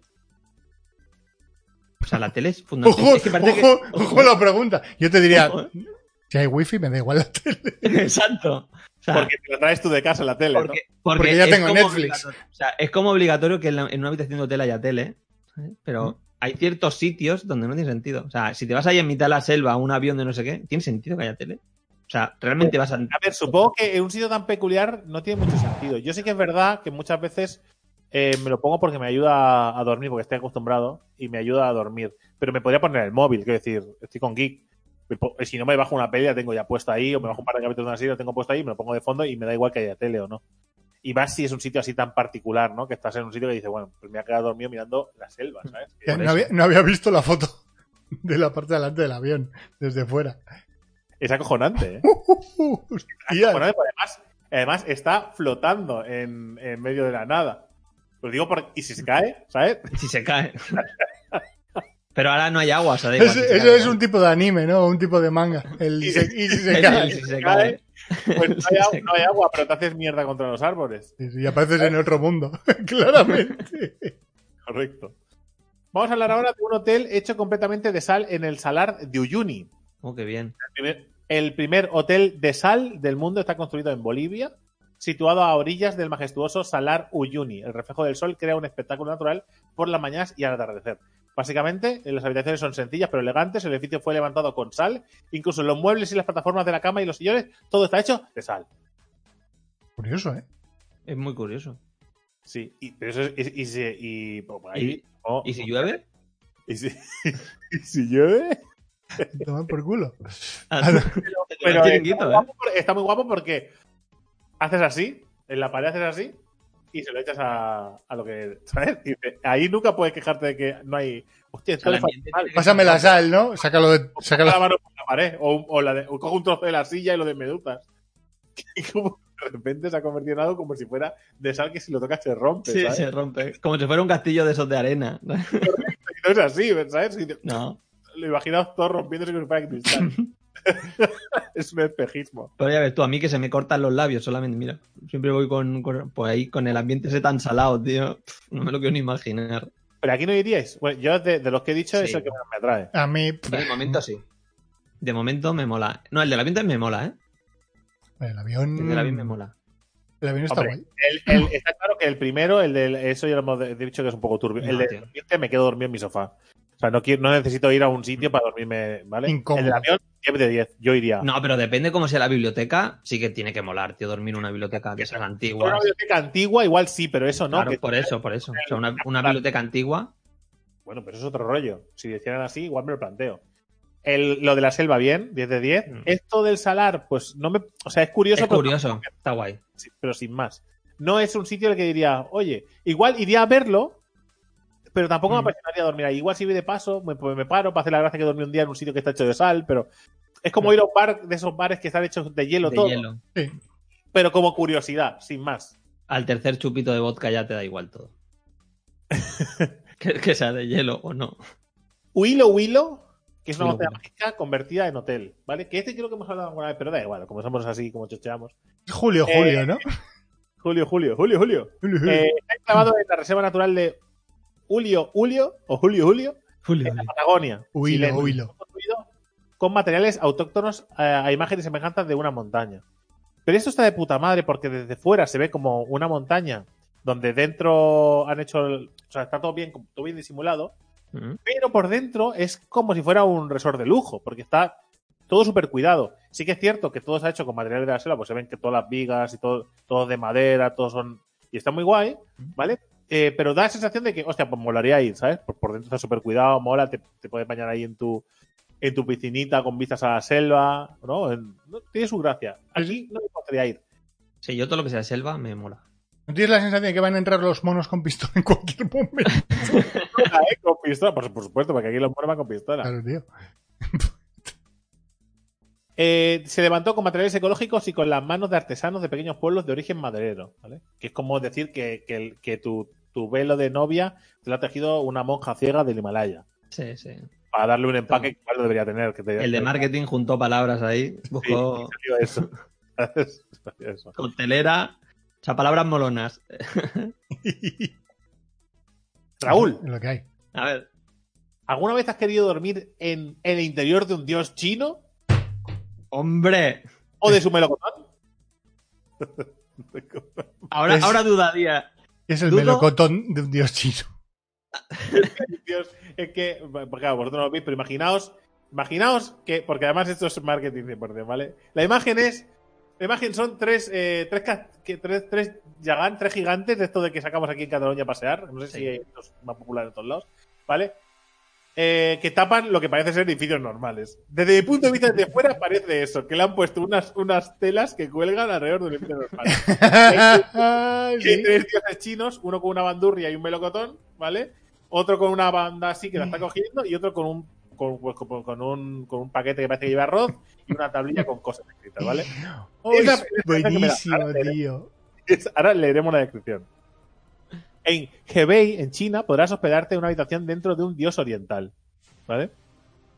Speaker 2: O sea, la tele es fundamental.
Speaker 3: Ojo,
Speaker 2: es que parece
Speaker 3: ojo,
Speaker 2: que-
Speaker 3: ojo la pregunta. Yo te diría,
Speaker 2: Ojo, ¿eh?
Speaker 3: si hay wifi me da igual la tele.
Speaker 2: Exacto. O sea,
Speaker 1: Porque te lo traes tú de casa la tele,
Speaker 2: porque, porque
Speaker 3: Porque ya
Speaker 2: es
Speaker 3: tengo
Speaker 2: como
Speaker 3: Netflix.
Speaker 2: obligatorio- O sea, es como obligatorio que en, la- en una habitación de hotel haya tele, ¿eh? pero hay ciertos sitios donde no tiene sentido. O sea, si te vas ahí en mitad de la selva a un avión de no sé qué, ¿tiene sentido que haya tele? O sea,
Speaker 3: Eh.
Speaker 2: realmente vas a...
Speaker 1: A ver, supongo que en un sitio tan peculiar no tiene mucho sentido. Yo sé que es verdad que muchas veces eh, me lo pongo porque me ayuda a- a dormir, porque estoy acostumbrado y me ayuda a dormir. Pero me podría poner el móvil, quiero decir, estoy con Geek. Me po- eh, Si no me bajo una peli, la tengo ya puesta ahí, o me bajo un par de capítulos de una serie, la tengo puesta ahí, me lo pongo de fondo y me da igual que haya tele o no. Y más si es un sitio así tan particular, ¿no? Que estás en un sitio que dices, bueno, pues me ha quedado dormido mirando la selva, ¿sabes? Que por
Speaker 3: Que Eh, no,
Speaker 1: eso-
Speaker 3: había, no había visto la foto de la parte de delante del avión, desde fuera.
Speaker 1: Es acojonante, ¿eh?
Speaker 3: Hostia.
Speaker 1: Bueno, pues además, además está flotando en, en medio de la nada. Lo digo porque. Y si se cae, ¿sabes?
Speaker 2: Si se cae. Pero ahora no hay agua, o sea, da igual
Speaker 3: Eso,
Speaker 2: si se
Speaker 3: eso
Speaker 2: cae.
Speaker 3: es un tipo de anime, ¿no? Un tipo de manga. El,
Speaker 1: Y
Speaker 3: y
Speaker 1: se-
Speaker 3: si se
Speaker 2: El-
Speaker 3: cae.
Speaker 2: el- si se
Speaker 1: se
Speaker 2: cae.
Speaker 1: Pues no hay,
Speaker 2: Si
Speaker 1: agua,
Speaker 2: se
Speaker 1: no hay agua, pero te haces mierda contra los árboles.
Speaker 3: Y y apareces en otro mundo, claramente.
Speaker 1: Correcto. Vamos a hablar ahora de un hotel hecho completamente de sal en el salar de Uyuni.
Speaker 2: Oh, qué bien.
Speaker 1: El primer, el primer hotel de sal del mundo está construido en Bolivia, situado a orillas del majestuoso Salar Uyuni. El reflejo del sol crea un espectáculo natural por las mañanas y al atardecer. Básicamente, eh, las habitaciones son sencillas pero elegantes. El edificio fue levantado con sal. Incluso los muebles y las plataformas de la cama y los sillones, todo está hecho de sal.
Speaker 3: Curioso, ¿eh?
Speaker 2: Es muy curioso.
Speaker 1: Sí, y, pero eso es- y, y se- y, pues, por ahí, oh,
Speaker 2: ¿Y si llueve?
Speaker 1: y si- y si llueve.
Speaker 3: Tomar por culo.
Speaker 2: Ah, no. Te queda
Speaker 1: Pero eh,
Speaker 2: el
Speaker 1: está,
Speaker 2: chiringuito,
Speaker 1: muy
Speaker 2: ¿eh?
Speaker 1: guapo, por- está muy guapo porque haces así, en la pared haces así y se lo echas a, a lo que. ¿Sabes? Y dice, ahí nunca puedes quejarte de que no hay. Hostia, esto
Speaker 2: El
Speaker 1: le falta
Speaker 2: ambiente
Speaker 1: sal.
Speaker 2: tiene que-
Speaker 3: Pásame la sal, ¿no? Sácalo de.
Speaker 1: Saca
Speaker 3: Sácalo.
Speaker 1: la mano por la pared o, un- o la de- o coge un trozo de la silla y lo desmeduzas. Y como de repente se ha convertido en algo como si fuera de sal que si lo tocas se rompe.
Speaker 2: Sí,
Speaker 1: ¿sabes?
Speaker 2: se rompe. Como si fuera un castillo de esos de arena.
Speaker 1: Y no es así, ¿sabes? Y te-
Speaker 2: No.
Speaker 1: Lo imaginaos todo rompiéndose con fuera cristal. es un espejismo.
Speaker 2: Pero ya ves tú, a mí que se me cortan los labios solamente, mira. Siempre voy con, con- pues ahí con el ambiente ese tan salado, tío. Pf, no me lo quiero ni imaginar.
Speaker 1: Pero aquí no diríais. Bueno, yo de, de los que he dicho
Speaker 2: Sí.
Speaker 1: es el que menos me atrae.
Speaker 3: A mí.
Speaker 2: De momento sí. De momento me mola. No, el del avión me mola, ¿eh?
Speaker 3: El avión.
Speaker 2: El del avión me mola.
Speaker 3: el avión está
Speaker 1: Hombre,
Speaker 3: guay.
Speaker 1: El- el- está claro que el primero, el del. Eso ya lo hemos de- dicho que es un poco turbio.
Speaker 2: No,
Speaker 1: el del
Speaker 2: tío.
Speaker 1: ambiente me quedo dormido en mi sofá. O sea, no, quiero, no necesito ir a un sitio para dormirme, ¿vale?
Speaker 3: Incómodo.
Speaker 1: El del avión, 10 de 10. Yo iría.
Speaker 2: No, pero depende cómo sea la biblioteca. Sí que tiene que molar, tío, dormir en una biblioteca de esas
Speaker 1: Una
Speaker 2: antiguas.
Speaker 1: biblioteca antigua, igual sí, pero eso no.
Speaker 2: Claro,
Speaker 1: que-
Speaker 2: por eso, por eso. O sea, una, una biblioteca antigua.
Speaker 1: Bueno, pero eso es otro rollo. Si hicieran así, igual me lo planteo. El- lo de la selva, bien, 10 de 10.
Speaker 2: Mm.
Speaker 1: Esto del salar, pues no me. O sea, es curioso,
Speaker 2: Es
Speaker 1: pero-
Speaker 2: curioso. Está guay.
Speaker 1: sí, pero sin más. No es un sitio en el que diría, oye, igual iría a verlo, pero tampoco me
Speaker 2: Mm.
Speaker 1: apasionaría dormir ahí. Igual si voy de paso, me, pues me paro para hacer la gracia que dormí un día en un sitio que está hecho de sal, pero es como
Speaker 2: Mm.
Speaker 1: ir a un bar de esos bares que están hechos de hielo
Speaker 2: De
Speaker 1: todo,
Speaker 2: hielo.
Speaker 3: Sí.
Speaker 1: pero como curiosidad, sin más.
Speaker 2: Al tercer chupito de vodka ya te da igual todo. que, que sea de hielo o no.
Speaker 1: Huilo Huilo, que es una
Speaker 2: Huilo
Speaker 1: montaña
Speaker 2: Huilo.
Speaker 1: mágica convertida en hotel, ¿vale? Que este creo que hemos hablado alguna vez, pero da igual, como somos así, como chocheamos.
Speaker 3: Julio,
Speaker 1: Eh,
Speaker 3: Julio, ¿no?
Speaker 1: Julio, Julio, Julio, Julio. Eh, está enclavado en la reserva natural de Julio, Julio, o Julio, Julio,
Speaker 2: Julio.
Speaker 1: en la Patagonia.
Speaker 3: Huilo,
Speaker 1: Chilena.
Speaker 3: huilo.
Speaker 1: construido con materiales autóctonos eh, a imagen y semejanza de una montaña. Pero esto está de puta madre porque desde fuera se ve como una montaña donde dentro han hecho, el- o sea, está todo bien, todo bien disimulado,
Speaker 2: Mm.
Speaker 1: pero por dentro es como si fuera un resort de lujo, porque está todo súper cuidado. Sí que es cierto que todo se ha hecho con materiales de la selva, pues se ven que todas las vigas y todo, todo de madera, todos son. Y está muy guay, ¿vale? Eh, pero da la sensación de que, hostia, pues molaría ir, ¿sabes? Por, por dentro está súper cuidado, mola, te, te puedes bañar ahí en tu, en tu piscinita con vistas a la selva, ¿no? En- no, tiene su gracia. Aquí no me gustaría ir.
Speaker 2: Sí, yo todo lo que sea selva me mola.
Speaker 3: ¿No tienes la sensación de que van a entrar los monos con pistola en cualquier momento?
Speaker 1: Nunca, ¿eh? Con pistola, por, por supuesto, porque aquí los muerman con pistola.
Speaker 3: Claro, tío.
Speaker 1: Eh, se levantó con materiales ecológicos y con las manos de artesanos de pequeños pueblos de origen maderero, ¿vale? Que es como decir que, que el- que tu, tu velo de novia te lo ha tejido una monja ciega del Himalaya.
Speaker 2: Sí, sí.
Speaker 1: Para darle un empaque que igual lo debería tener. Que te-
Speaker 2: El de marketing juntó palabras ahí,
Speaker 1: Sí,
Speaker 2: buscó
Speaker 1: salió eso. Salió eso.
Speaker 2: coctelera, o sea, palabras molonas.
Speaker 1: Raúl,
Speaker 3: Lo que hay.
Speaker 2: A ver,
Speaker 1: ¿alguna vez has querido dormir en el interior de un dios chino
Speaker 2: hombre,
Speaker 1: o de su melocotón?
Speaker 2: ahora,
Speaker 3: Es-
Speaker 2: ahora dudaría.
Speaker 3: Es el
Speaker 2: Dudo-
Speaker 3: melocotón de un dios chino.
Speaker 1: Dios, es que, bueno, claro, vosotros no lo veis, pero imaginaos, imaginaos que, porque además esto es marketing 100%, ¿vale? La imagen es, la imagen son tres, eh, tres, ca- que- tres, tres, yagán, tres gigantes de esto de que sacamos aquí en Cataluña a pasear, no sé
Speaker 2: Sí.
Speaker 1: si esto es más popular en todos lados, ¿vale? Eh, que tapan lo que parece ser edificios normales. Desde mi punto de vista desde fuera parece eso, que le han puesto unas, unas telas que cuelgan alrededor de un edificio normal. Que hay
Speaker 3: Sí.
Speaker 1: tres dioses chinos, uno con una bandurria y un melocotón, ¿vale? Otro con una banda así que la
Speaker 3: Mm.
Speaker 1: está cogiendo y otro con un con, pues, con- con un, con un paquete que parece que lleva arroz y una tablilla con cosas escritas, ¿vale?
Speaker 3: Oh,
Speaker 1: Esa-
Speaker 3: es buenísimo,
Speaker 1: Ahora-
Speaker 3: tío.
Speaker 1: Es- Ahora leeremos la descripción. En Hebei, en China, podrás hospedarte en una habitación dentro de un dios oriental, ¿vale?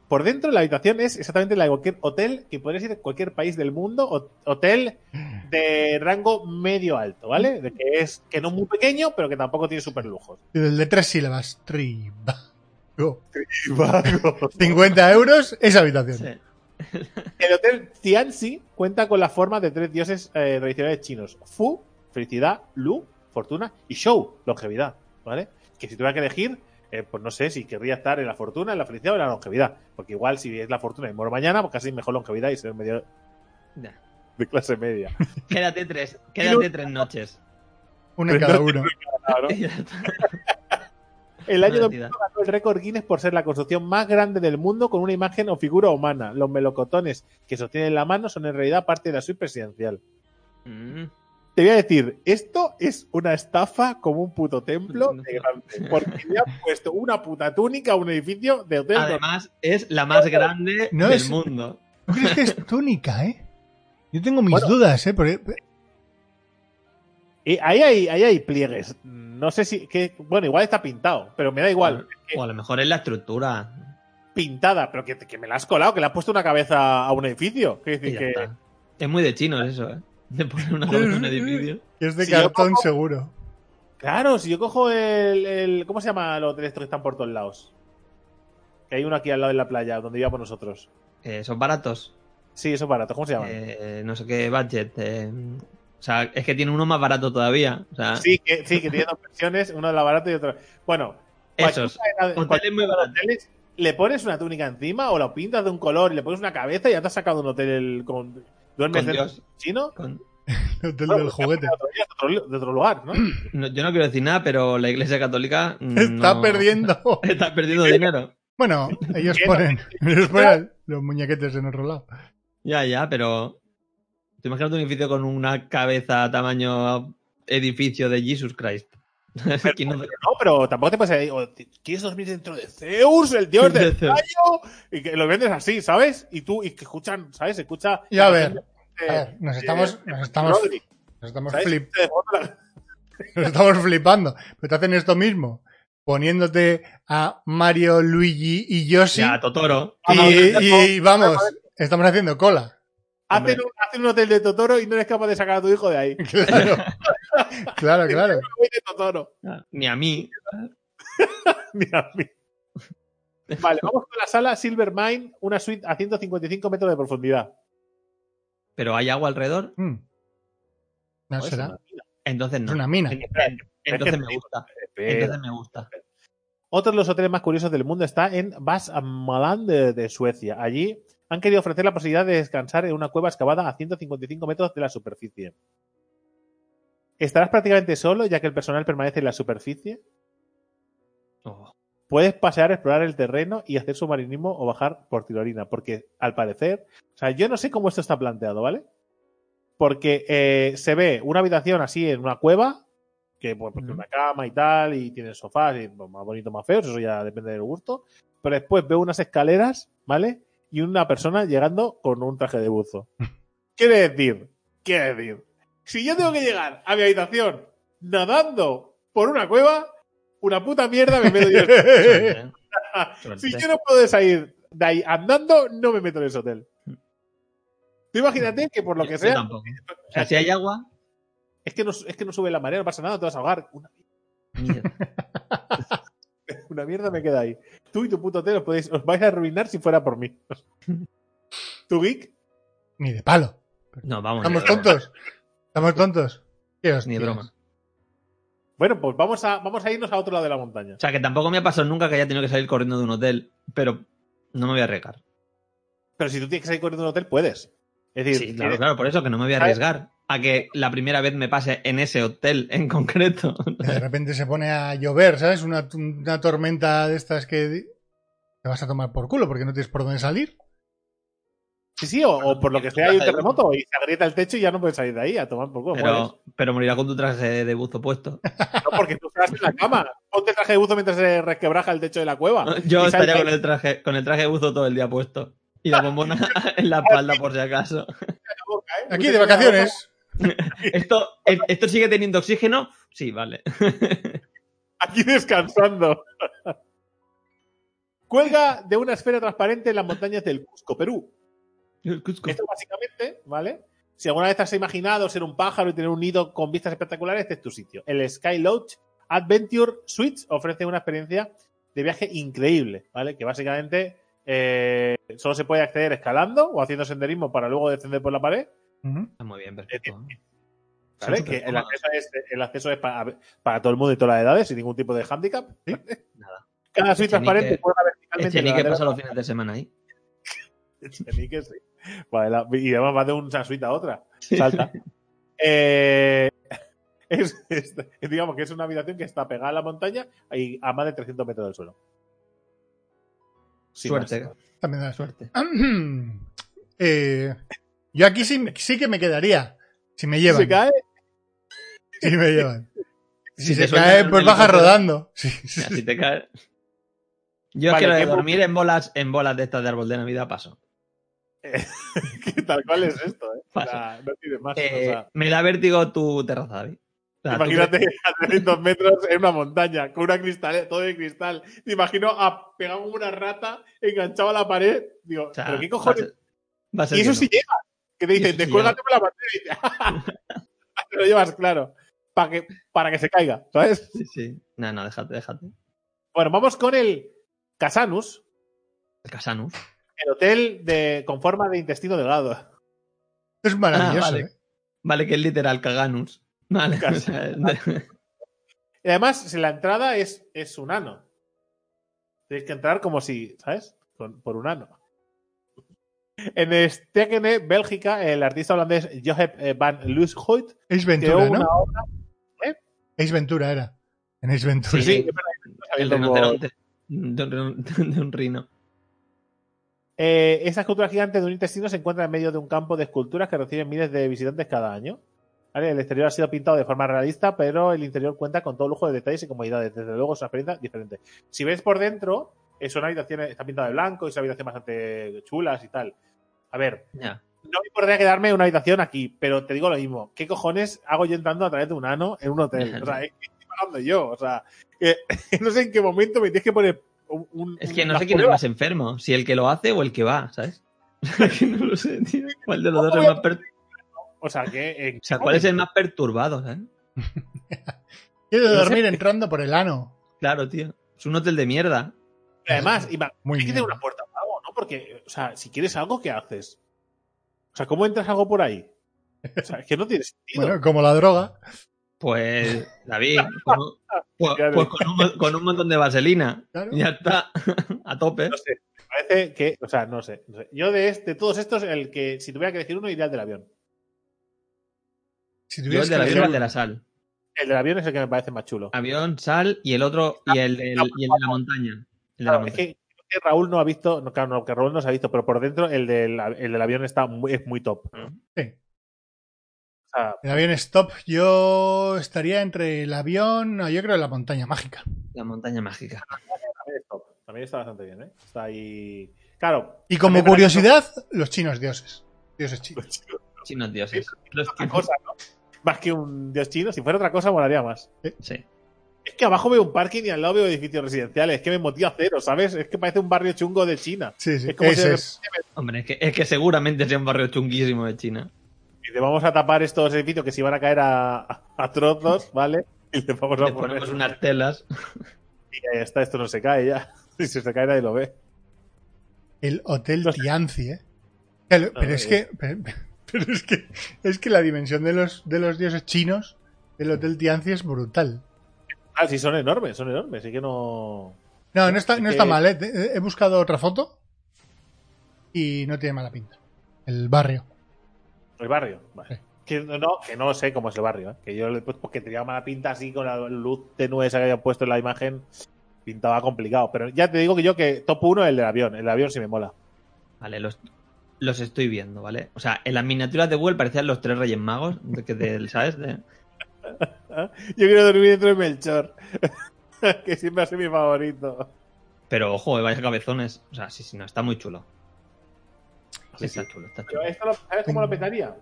Speaker 1: Por dentro la habitación es exactamente la de cualquier hotel que podrías ir a cualquier país del mundo, ho- hotel de rango medio alto, ¿vale? De que es que no es muy pequeño, pero que tampoco tiene super lujos.
Speaker 3: El de tres sílabas. Tribago. 50 euros esa habitación.
Speaker 2: Sí.
Speaker 1: El hotel Tianxi cuenta con la forma de tres dioses eh, tradicionales chinos: Fu, felicidad, Lu, fortuna y Shou, longevidad. ¿Vale? Que si tuviera que elegir, eh, pues no sé si querría estar en la fortuna, en la felicidad o en la longevidad. Porque igual si es la fortuna y muero mañana, pues casi mejor longevidad y ser medio
Speaker 2: Ya.
Speaker 1: de clase media.
Speaker 2: Quédate tres, quédate tres noches.
Speaker 3: Una en cada uno.
Speaker 1: Claro.
Speaker 2: Y ya está.
Speaker 1: El año
Speaker 2: Una
Speaker 1: 2000
Speaker 2: entidad.
Speaker 1: ganó el récord Guinness por ser la construcción más grande del mundo con una imagen o figura humana. Los melocotones que sostienen la mano son en realidad parte de la suite presidencial.
Speaker 2: Mm,
Speaker 1: Te voy a decir, esto es una estafa como un puto templo de grande. Porque le han puesto una puta túnica a un edificio de hotel.
Speaker 2: Además, es la más grande
Speaker 3: No
Speaker 2: del
Speaker 3: es-
Speaker 2: mundo.
Speaker 3: ¿Tú crees que es túnica, eh? Yo tengo mis
Speaker 1: Bueno.
Speaker 3: dudas, eh. Porque
Speaker 1: Eh, ahí, hay, ahí hay pliegues.
Speaker 2: Ah.
Speaker 1: No sé si. Que, bueno, igual está pintado, pero me da igual.
Speaker 2: O a lo mejor es la estructura.
Speaker 1: pintada, pero que, que me la has colado, que le has puesto una cabeza a un edificio. Quiero
Speaker 2: Y
Speaker 1: decir
Speaker 2: ya
Speaker 1: que.
Speaker 2: está. Es muy de chinos eso, ¿eh? De poner una cabeza en un edificio.
Speaker 3: Es de
Speaker 1: Si yo
Speaker 3: cartón
Speaker 1: cojo-
Speaker 3: seguro.
Speaker 1: Claro, si yo cojo el, el- ¿Cómo se llama los hoteles estos que están por todos lados? Que hay uno aquí al lado de la playa, donde íbamos nosotros.
Speaker 2: Eh, son baratos.
Speaker 1: Sí, eso es barato. ¿Cómo se llaman?
Speaker 2: Eh, no sé qué budget. eh, o sea, es que tiene uno más barato todavía. O sea,
Speaker 1: Sí, que, sí, que tiene dos versiones, una de la barata y otra. Bueno,
Speaker 2: esos.
Speaker 1: cualquiera de-
Speaker 2: Hoteles muy baratos.
Speaker 1: hoteles, le pones una túnica encima o lo pintas de un color y le pones una cabeza y ya te has sacado un hotel con. ¿Duermes
Speaker 2: Con
Speaker 1: en
Speaker 2: Dios.
Speaker 1: chino?
Speaker 2: Con-
Speaker 3: El hotel
Speaker 1: Bueno,
Speaker 3: del
Speaker 1: pues te
Speaker 3: juguete.
Speaker 1: pones otro día, de otro- de otro lugar, ¿no?
Speaker 2: no, yo no quiero decir nada, pero la Iglesia Católica. mm,
Speaker 3: Está
Speaker 2: no-
Speaker 3: perdiendo.
Speaker 2: Está perdiendo dinero.
Speaker 3: Bueno, ellos
Speaker 1: Quiero-
Speaker 3: ponen, ellos ponen los muñequetes en otro lado.
Speaker 2: Ya, ya, pero. Te imaginas un edificio con una cabeza tamaño edificio de Jesus Christ. ¿Quién no-
Speaker 1: No, pero tampoco te pasa. o te- ¿Quieres dormir dentro de Zeus, el dios
Speaker 2: De
Speaker 1: del
Speaker 2: Zeus.
Speaker 1: rayo? Y que lo vendes así, ¿sabes? Y tú, y que escuchan, ¿sabes? Se Escucha.
Speaker 3: Y a
Speaker 1: la
Speaker 3: ver,
Speaker 1: canción
Speaker 3: a
Speaker 1: de-
Speaker 3: ver, nos
Speaker 1: de-
Speaker 3: estamos,
Speaker 1: de
Speaker 3: nos estamos,
Speaker 1: Rodri,
Speaker 3: nos estamos,
Speaker 1: ¿sabes?
Speaker 3: flip-
Speaker 1: Te devuelve la-
Speaker 3: nos estamos flipando. Pero te hacen esto mismo, poniéndote a Mario, Luigi y Yoshi.
Speaker 2: Ya, Totoro.
Speaker 3: y,
Speaker 1: Vamos,
Speaker 3: y vamos, estamos haciendo cola.
Speaker 2: Hombre.
Speaker 1: Hacen un, hacen un hotel de Totoro y no eres capaz de sacar a tu hijo de ahí.
Speaker 3: Claro, claro, claro.
Speaker 1: Voy de Totoro.
Speaker 2: Ah, Ni a mí.
Speaker 1: Mira, mira. Vale, vamos con la sala Silvermine, una suite a 155 metros de profundidad.
Speaker 2: Pero hay agua alrededor.
Speaker 3: Mm. No
Speaker 1: Joder,
Speaker 3: será.
Speaker 1: es una-
Speaker 2: Entonces
Speaker 3: Es
Speaker 2: no.
Speaker 3: una mina.
Speaker 2: En- en- Entonces me gusta. Entonces me gusta.
Speaker 1: Otro de los hoteles más curiosos del mundo está en Bas Malan de, de Suecia. Allí han querido ofrecer la posibilidad de descansar en una cueva excavada a 155 metros de la superficie. Estarás prácticamente solo, ya que el personal permanece en la superficie.
Speaker 2: Oh,
Speaker 1: Puedes pasear, explorar el terreno y hacer submarinismo o bajar por tirolina, porque al parecer, o sea, yo no sé cómo esto está planteado, ¿vale? Porque eh, se ve una habitación así en una cueva, que bueno, pues,
Speaker 2: Ujú.
Speaker 1: una cama y tal, y tiene sofás, y, pues, más bonito, más feo, eso ya depende del gusto. Pero después veo unas escaleras, ¿vale? Y una persona llegando con un traje de buzo. Quiere decir, quiere decir, si yo tengo que llegar a mi habitación nadando por una cueva, una puta mierda me meto yo en
Speaker 2: suerte, ¿eh?
Speaker 1: si
Speaker 2: Suerte.
Speaker 1: yo no puedo salir de ahí andando, no me meto en ese hotel. Tú imagínate que por lo
Speaker 2: Yo-
Speaker 1: que
Speaker 2: yo
Speaker 1: sea,
Speaker 2: tampoco. O sea, si hay agua,
Speaker 1: es que, no, es que no sube la marea, no pasa nada, te vas a ahogar. Una,
Speaker 2: mierda.
Speaker 1: una mierda me queda ahí. Tú y tu puto hotel os, podéis, os vais a arruinar si fuera por mí. ¿Tu geek?
Speaker 3: Ni de palo.
Speaker 2: No, vamos.
Speaker 3: Estamos
Speaker 2: ni de broma.
Speaker 3: tontos. Estamos tontos. Qué
Speaker 2: Ni de
Speaker 3: hostias.
Speaker 2: broma.
Speaker 1: Bueno, pues vamos a, vamos a irnos a otro lado de la montaña.
Speaker 2: O sea, que tampoco me ha pasado nunca que haya tenido que salir corriendo de un hotel, pero no me voy a arriesgar.
Speaker 1: Pero si tú tienes que salir corriendo de un hotel, puedes. Es decir,
Speaker 2: Sí, claro,
Speaker 1: tienes-
Speaker 2: claro, por eso que no me voy a
Speaker 1: ¿Sabes?
Speaker 2: arriesgar a que la primera vez me pase en ese hotel en concreto.
Speaker 3: Que de repente se pone a llover, ¿sabes? Una, una tormenta de estas que di- te vas a tomar por culo porque no tienes por dónde salir.
Speaker 1: sí, sí, o, o por lo que sea hay un terremoto y se agrieta el techo y ya no puedes salir de ahí a tomar por culo. mueres.
Speaker 2: Pero, pero morirá con tu traje de buzo puesto.
Speaker 1: No, porque tú estás en la cama. Ponte el traje de buzo mientras se resquebraja el techo de la cueva.
Speaker 2: Yo
Speaker 1: Ah, Y sal
Speaker 2: estaría
Speaker 1: de
Speaker 2: con
Speaker 1: ahí.
Speaker 2: el traje, con el traje de buzo todo el día puesto. Y la bombona en la espalda por si acaso.
Speaker 3: Aquí de vacaciones.
Speaker 2: ¿Esto, es- ¿Esto sigue teniendo oxígeno? Sí, vale.
Speaker 1: Aquí descansando. Cuelga de una esfera transparente en las montañas del Cusco, Perú.
Speaker 2: El Cusco.
Speaker 1: Esto básicamente, ¿vale? Si alguna vez te has imaginado ser un pájaro y tener un nido con vistas espectaculares, este es tu sitio. El Sky Lodge Adventure Suites ofrece una experiencia de viaje increíble, ¿vale? Que básicamente eh, solo se puede acceder escalando o haciendo senderismo para luego descender por la pared.
Speaker 3: Ujú.
Speaker 2: Está Ah, muy bien,
Speaker 1: Eh,
Speaker 2: perfecto. pues
Speaker 1: ¿Vale?
Speaker 2: Son
Speaker 1: Que el
Speaker 2: supercómodas.
Speaker 1: acceso es, el acceso es para, para todo el mundo y todas las edades, sin ningún tipo de hándicap.
Speaker 2: Nada. Este
Speaker 1: Cada suite
Speaker 2: Echenique-
Speaker 1: transparente cuelga verticalmente.
Speaker 2: Echenique
Speaker 1: la bandera-
Speaker 2: pasa los fines de semana ahí.
Speaker 1: Echenique, este sí. Vale, la- y además va de una suite a otra. Salta. Eh, es, es- digamos que es una habitación que está pegada a la montaña y a más de 300 metros del suelo. Sin
Speaker 2: Suerte.
Speaker 1: más.
Speaker 3: También da suerte.
Speaker 2: Suerte.
Speaker 3: Eh, yo aquí sí, sí que me quedaría. Si me llevan.
Speaker 1: Se cae,
Speaker 3: Si me llevan. Si,
Speaker 2: Si te
Speaker 3: se
Speaker 2: sueltan
Speaker 3: cae,
Speaker 2: en un
Speaker 3: pues baja
Speaker 2: helicóptero.
Speaker 3: rodando. Sí, sí,
Speaker 2: Así
Speaker 3: sí.
Speaker 2: te caes.
Speaker 1: Vale,
Speaker 2: Yo es que
Speaker 1: ¿qué
Speaker 2: lo de dormir en bolas, en bolas de estas de árbol de Navidad paso.
Speaker 1: que tal cual es esto, ¿eh? O sea,
Speaker 2: Paso.
Speaker 1: no tiene más. o
Speaker 2: Eh,
Speaker 1: sea,
Speaker 2: me da vértigo tu terraza, David. sea, tú
Speaker 1: Imagínate a 300 metros en una montaña, con una cristal, todo de cristal. Te imagino a, pegado como una rata, enganchado a la pared. Digo,
Speaker 2: O sea,
Speaker 1: ¿pero qué
Speaker 2: va a
Speaker 1: cojones?
Speaker 2: ser- va a ser
Speaker 1: Y eso
Speaker 2: que
Speaker 1: sí llega. Que te
Speaker 2: Y eso
Speaker 1: dicen,
Speaker 2: sí
Speaker 1: descuélgate por la pantalla y te- te lo llevas claro. Para que, para que se caiga, ¿sabes?
Speaker 2: no. Sí, sí. No, no, déjate, déjate.
Speaker 1: Bueno, vamos con el Casanus,
Speaker 2: El Casanus.
Speaker 1: el hotel de, con forma de intestino delgado.
Speaker 3: Es maravilloso.
Speaker 2: Ah, vale.
Speaker 3: ¿eh?
Speaker 2: Vale, que es literal, Caganus. Vale. o
Speaker 1: Cas-
Speaker 2: sea, de-
Speaker 1: Y además, si la entrada es, es un ano. Tienes que entrar como si, ¿sabes? Con- por un ano. En Stekene, Bélgica, el artista holandés Josep eh, van Looshout
Speaker 3: Ace
Speaker 1: creó
Speaker 3: Ventura,
Speaker 1: una
Speaker 3: ¿no?
Speaker 1: obra.
Speaker 3: Ace Ventura era. En Ace
Speaker 1: Sí,
Speaker 3: Ventura.
Speaker 1: sí,
Speaker 2: Sí.
Speaker 1: es verdad, no
Speaker 2: el
Speaker 1: sabiendo cómo-
Speaker 2: rinoceronte. De un, rin- de un rino.
Speaker 1: Eh, esa escultura gigante de un intestino se encuentra en medio de un campo de esculturas que reciben miles de visitantes cada año. ¿Vale? El exterior ha sido pintado de forma realista, pero el interior cuenta con todo lujo de detalles y comodidades. Desde luego es una experiencia diferente. Si ves por dentro, es una habitación, está pintada de blanco y es una habitación bastante chulas y tal. A ver,
Speaker 2: Ya.
Speaker 1: no me importaría quedarme en una habitación aquí, pero te digo lo mismo. ¿Qué cojones hago yo entrando a través de un ano en un hotel? O sea, ¿qué estoy pagando yo? O sea, que- no sé en qué momento me tienes que poner un... un-
Speaker 2: Es que no
Speaker 1: unas
Speaker 2: sé quién es
Speaker 1: pruebas.
Speaker 2: más enfermo, si el que lo hace o el que va, ¿sabes? que no lo sé, tío. ¿Cuál de los dos es
Speaker 1: ¿Cómo
Speaker 2: más per-
Speaker 1: O sea, que... eh,
Speaker 2: o sea, cuál es el más perturbado, ¿sabes?
Speaker 3: Quiero
Speaker 1: No sé.
Speaker 3: dormir entrando por el ano.
Speaker 2: Claro, tío. Es un hotel de mierda.
Speaker 1: Pero además, ima-
Speaker 3: Muy
Speaker 1: hay que
Speaker 3: bien.
Speaker 1: tener una puerta para algo, ¿no? Porque, o sea, si quieres algo, ¿qué haces? O sea, ¿cómo entras algo por ahí? O sea, es que no tiene sentido.
Speaker 3: Bueno, como la droga.
Speaker 2: Pues, David, con un, pues- pues con un mo- con un montón de vaselina.
Speaker 3: Claro.
Speaker 2: Ya está, a tope.
Speaker 1: no sé. Me parece que, o sea, no sé. no sé. Yo de, este, de todos estos, el que, si tuviera que elegir uno, iría al del avión.
Speaker 3: Si
Speaker 2: Yo
Speaker 3: tuvieras
Speaker 2: el del
Speaker 3: que
Speaker 2: avión o el
Speaker 3: elegir-
Speaker 2: de la sal.
Speaker 1: El del avión es el que me parece más chulo.
Speaker 2: Avión, sal y el otro, y el, el- y el de la montaña. El de la
Speaker 1: Ah, Claro, es
Speaker 2: montaña.
Speaker 1: que, que Raúl no ha visto, no, claro, no, que Raúl no se ha visto, pero por dentro el del, el del avión está muy- es muy top. O
Speaker 3: Sí.
Speaker 1: sea,
Speaker 3: El avión stop, yo estaría entre el avión, no, yo creo la montaña mágica.
Speaker 2: La montaña mágica.
Speaker 1: también es top. También está bastante bien, ¿eh? Está ahí. Claro.
Speaker 3: Y como
Speaker 1: También me
Speaker 3: curiosidad, los chinos dioses. Dioses chinos.
Speaker 2: Chinos dioses. Los
Speaker 1: otra
Speaker 2: chinos.
Speaker 1: cosa, ¿no? Más que un dios chino, si fuera otra cosa, molaría más.
Speaker 2: Sí.
Speaker 1: Es que abajo veo un parking y al lado veo edificios residenciales. Es que me motiva cero, ¿sabes? Es que parece un barrio chungo de China.
Speaker 3: Sí, sí.
Speaker 1: Es como
Speaker 3: ese
Speaker 1: si-
Speaker 3: es.
Speaker 2: Hombre, es que, es que seguramente sea un barrio chunguísimo de China.
Speaker 1: Y le vamos a tapar estos edificios que se van a caer a, a, a trozos, ¿vale? Y le vamos
Speaker 2: Le
Speaker 1: a poner.
Speaker 2: ponemos unas telas.
Speaker 1: Y ya está, esto no se cae ya. Si se cae, nadie lo ve.
Speaker 3: El Hotel
Speaker 1: Los-
Speaker 3: Tianzi, ¿eh? Claro,
Speaker 1: Ah,
Speaker 3: pero es
Speaker 1: sí.
Speaker 3: que. Pero, pero es que. Es que la dimensión de los, de los dioses chinos del Hotel Tianzi es brutal.
Speaker 1: Ah, sí, son enormes, son enormes. Así que no.
Speaker 3: No, no está, no
Speaker 1: Es
Speaker 3: está
Speaker 1: que-
Speaker 3: mal, ¿eh? Te- He buscado otra foto y no tiene mala pinta. El barrio.
Speaker 1: El barrio, vale.
Speaker 3: Sí.
Speaker 1: Que no, que no sé cómo es el barrio, ¿eh? que yo le- pues, porque tenía mala pinta así con la luz tenue esa que había puesto en la imagen, pintaba complicado. Pero ya te digo que yo que top 1 el del avión, el del avión sí me mola.
Speaker 2: Vale, los, los estoy viendo, ¿vale? O sea, en las miniaturas de Google parecían los tres reyes magos, de, que del- ¿sabes? De-
Speaker 1: Yo quiero dormir dentro de Melchor, que siempre ha sido mi favorito.
Speaker 2: Pero ojo, eh, vaya cabezones. O sea, sí, sí, no, está muy chulo.
Speaker 1: Sí,
Speaker 2: está
Speaker 1: sí.
Speaker 2: chulo, está
Speaker 1: Pero
Speaker 2: chulo.
Speaker 1: esto lo- ¿sabes cómo lo petaría?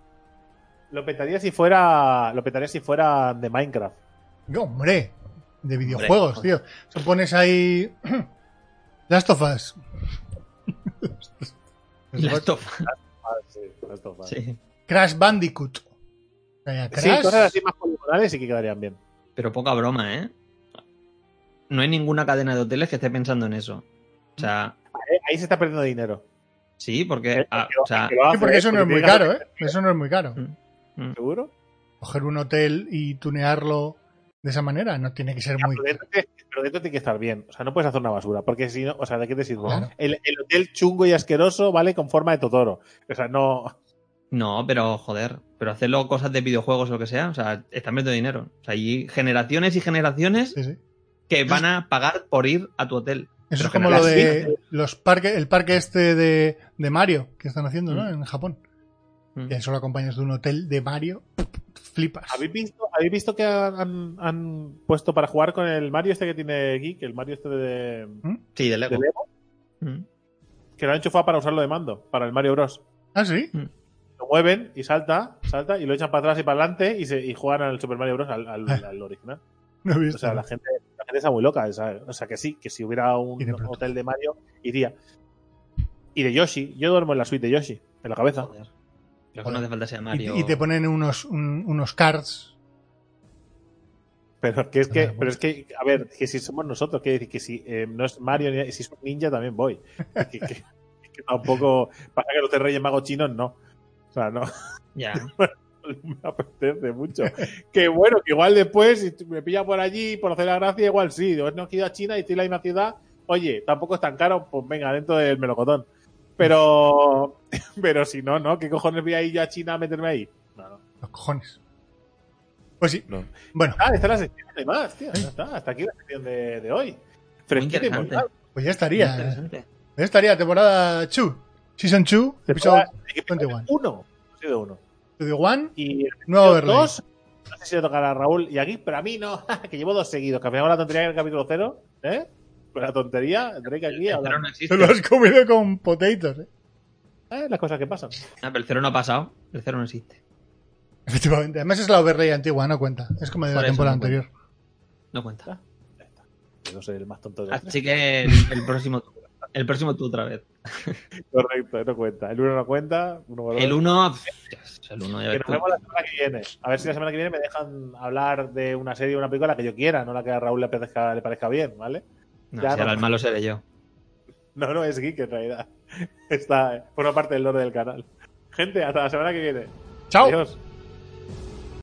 Speaker 1: Lo petaría si fuera. Lo petaría si fuera de Minecraft.
Speaker 3: No, hombre, de videojuegos,
Speaker 2: joder.
Speaker 3: tío. O sea, pones ahí. Last of Us.
Speaker 2: La estofa,
Speaker 1: Ah, sí, esto, vale.
Speaker 2: sí.
Speaker 3: Crash Bandicoot. O sea,
Speaker 1: Sí,
Speaker 3: Crash,
Speaker 1: cosas así más poligonales sí que quedarían bien.
Speaker 2: Pero poca broma, ¿eh? No hay ninguna cadena de hoteles que esté pensando en eso. O sea,
Speaker 1: Vale, Ahí se está perdiendo dinero.
Speaker 2: sí, porque. ah, o sea,
Speaker 1: Que lo
Speaker 3: sí,
Speaker 1: hace,
Speaker 3: porque eso no es muy
Speaker 1: tiene que
Speaker 3: caro, ¿eh? Eso no es muy caro.
Speaker 2: mm,
Speaker 1: ¿Seguro?
Speaker 3: Coger un hotel y tunearlo de esa manera no tiene que ser muy
Speaker 1: Pero dentro, te- pero dentro tiene que estar bien. O sea, no puedes hacer una basura. Porque si no, o sea, ¿de qué te sirve?
Speaker 3: Claro.
Speaker 1: El, el hotel chungo y asqueroso, ¿vale? Con forma de Totoro. O sea, no.
Speaker 2: no, pero joder. Pero hacerlo cosas de videojuegos o lo que sea, o sea, están metiendo dinero. O sea, hay generaciones y generaciones
Speaker 3: Sí, sí.
Speaker 2: que van a pagar por ir a tu hotel.
Speaker 3: Eso
Speaker 2: Pero
Speaker 3: es como
Speaker 2: que no
Speaker 3: lo
Speaker 1: ¿eh?
Speaker 2: las
Speaker 3: de los parques, el parque este de, de Mario que están haciendo, ¿no?
Speaker 2: Mm.
Speaker 3: En Japón.
Speaker 2: Mm.
Speaker 3: Y eso lo acompañas de un hotel de Mario, flipas.
Speaker 1: ¿Habéis visto, ¿habéis visto que han, han puesto para jugar con el Mario este que tiene Geek? El Mario este de.
Speaker 2: Sí, de Lego.
Speaker 1: ¿De
Speaker 2: Mm.
Speaker 1: Que lo han enchufado para usarlo de mando, para el Mario Bros.
Speaker 3: Ah, sí.
Speaker 1: Lo mueven y salta, salta y lo echan para atrás y para adelante y, se, y juegan al Super Mario Bros. al, al-
Speaker 3: Ah.
Speaker 1: al original.
Speaker 3: No he
Speaker 1: O
Speaker 3: visto.
Speaker 1: sea, la gente, la gente está muy loca. ¿sabes? O sea, que sí, que si hubiera un
Speaker 3: Y de pronto.
Speaker 1: hotel de Mario, iría. Y de Yoshi. Yo duermo en la suite de Yoshi, en la cabeza.
Speaker 2: Joder. Creo que no hace falta ser
Speaker 3: Y te-
Speaker 2: Mario.
Speaker 3: y, te ponen unos, un- unos cards.
Speaker 1: Pero que es que,
Speaker 3: Ah, bueno.
Speaker 1: pero es que, a ver, que si somos nosotros, quiere decir que si eh, no es Mario, ni si es un ninja también voy. Es que, que- es que tampoco pasa que los tres reyes magos chinos no. O sea, no,
Speaker 2: Ya.
Speaker 1: no me apetece mucho. Que bueno, que igual después, si me pilla por allí, por hacer la gracia, igual sí. Digo, no quiero a China y estoy en la misma ciudad. Oye, tampoco es tan caro, pues venga, dentro del melocotón. Pero, pero si no, ¿no? ¿Qué cojones voy a ir yo a China a meterme ahí? No, no.
Speaker 3: Los cojones. Pues sí.
Speaker 4: No.
Speaker 3: Bueno,
Speaker 1: Ah, está la sección de más, tío. Ya está. Hasta aquí la sección de, de hoy. Fresquita y
Speaker 2: interesante.
Speaker 1: mortal.
Speaker 3: pues ya
Speaker 2: Muy
Speaker 3: estaría.
Speaker 2: interesante.
Speaker 3: Ya estaría temporada 2. Season 2, episodio
Speaker 1: Temporada- episodio
Speaker 3: 21.
Speaker 1: Uno. Episodio uno.
Speaker 3: 1.
Speaker 1: Y el
Speaker 3: Nuevo
Speaker 1: episodio
Speaker 3: Berlín.
Speaker 1: dos, No sé si le tocará a Raúl y aquí, pero a mí no. Que llevo dos seguidos. Que al final la tontería en el capítulo cero. ¿Eh? Con la tontería, tendré que aquí
Speaker 2: El
Speaker 1: hablar.
Speaker 2: cero no
Speaker 3: Te
Speaker 2: existe.
Speaker 3: lo has comido con potatoes, ¿eh?
Speaker 1: ¿eh? Las cosas que pasan.
Speaker 2: Ah, pero el cero no ha pasado. El cero no existe.
Speaker 3: Efectivamente. Además es la overlay antigua, no cuenta. Es como de
Speaker 2: Por
Speaker 3: la
Speaker 2: eso
Speaker 3: temporada
Speaker 2: no
Speaker 3: anterior.
Speaker 2: No cuenta.
Speaker 1: Yo no soy el más tonto de los
Speaker 2: Así que el, el próximo tú. El próximo tú otra vez.
Speaker 1: tres. Correcto, no cuenta. El uno no cuenta. Uno por
Speaker 2: El
Speaker 1: dos.
Speaker 2: 1. El 1 ya
Speaker 1: Que
Speaker 2: ves
Speaker 1: nos
Speaker 2: tú.
Speaker 1: vemos la semana que viene. A ver si la semana que viene me dejan hablar de una serie o una película que yo quiera, no la que a Raúl le parezca, le parezca bien, ¿vale?
Speaker 2: No,
Speaker 1: ya
Speaker 2: si
Speaker 1: no.
Speaker 2: ahora el malo seré yo.
Speaker 1: No, no, es geek en realidad. Está, forma parte del lore del canal. Gente, hasta la semana que viene.
Speaker 3: ¡Chao!
Speaker 1: Adiós.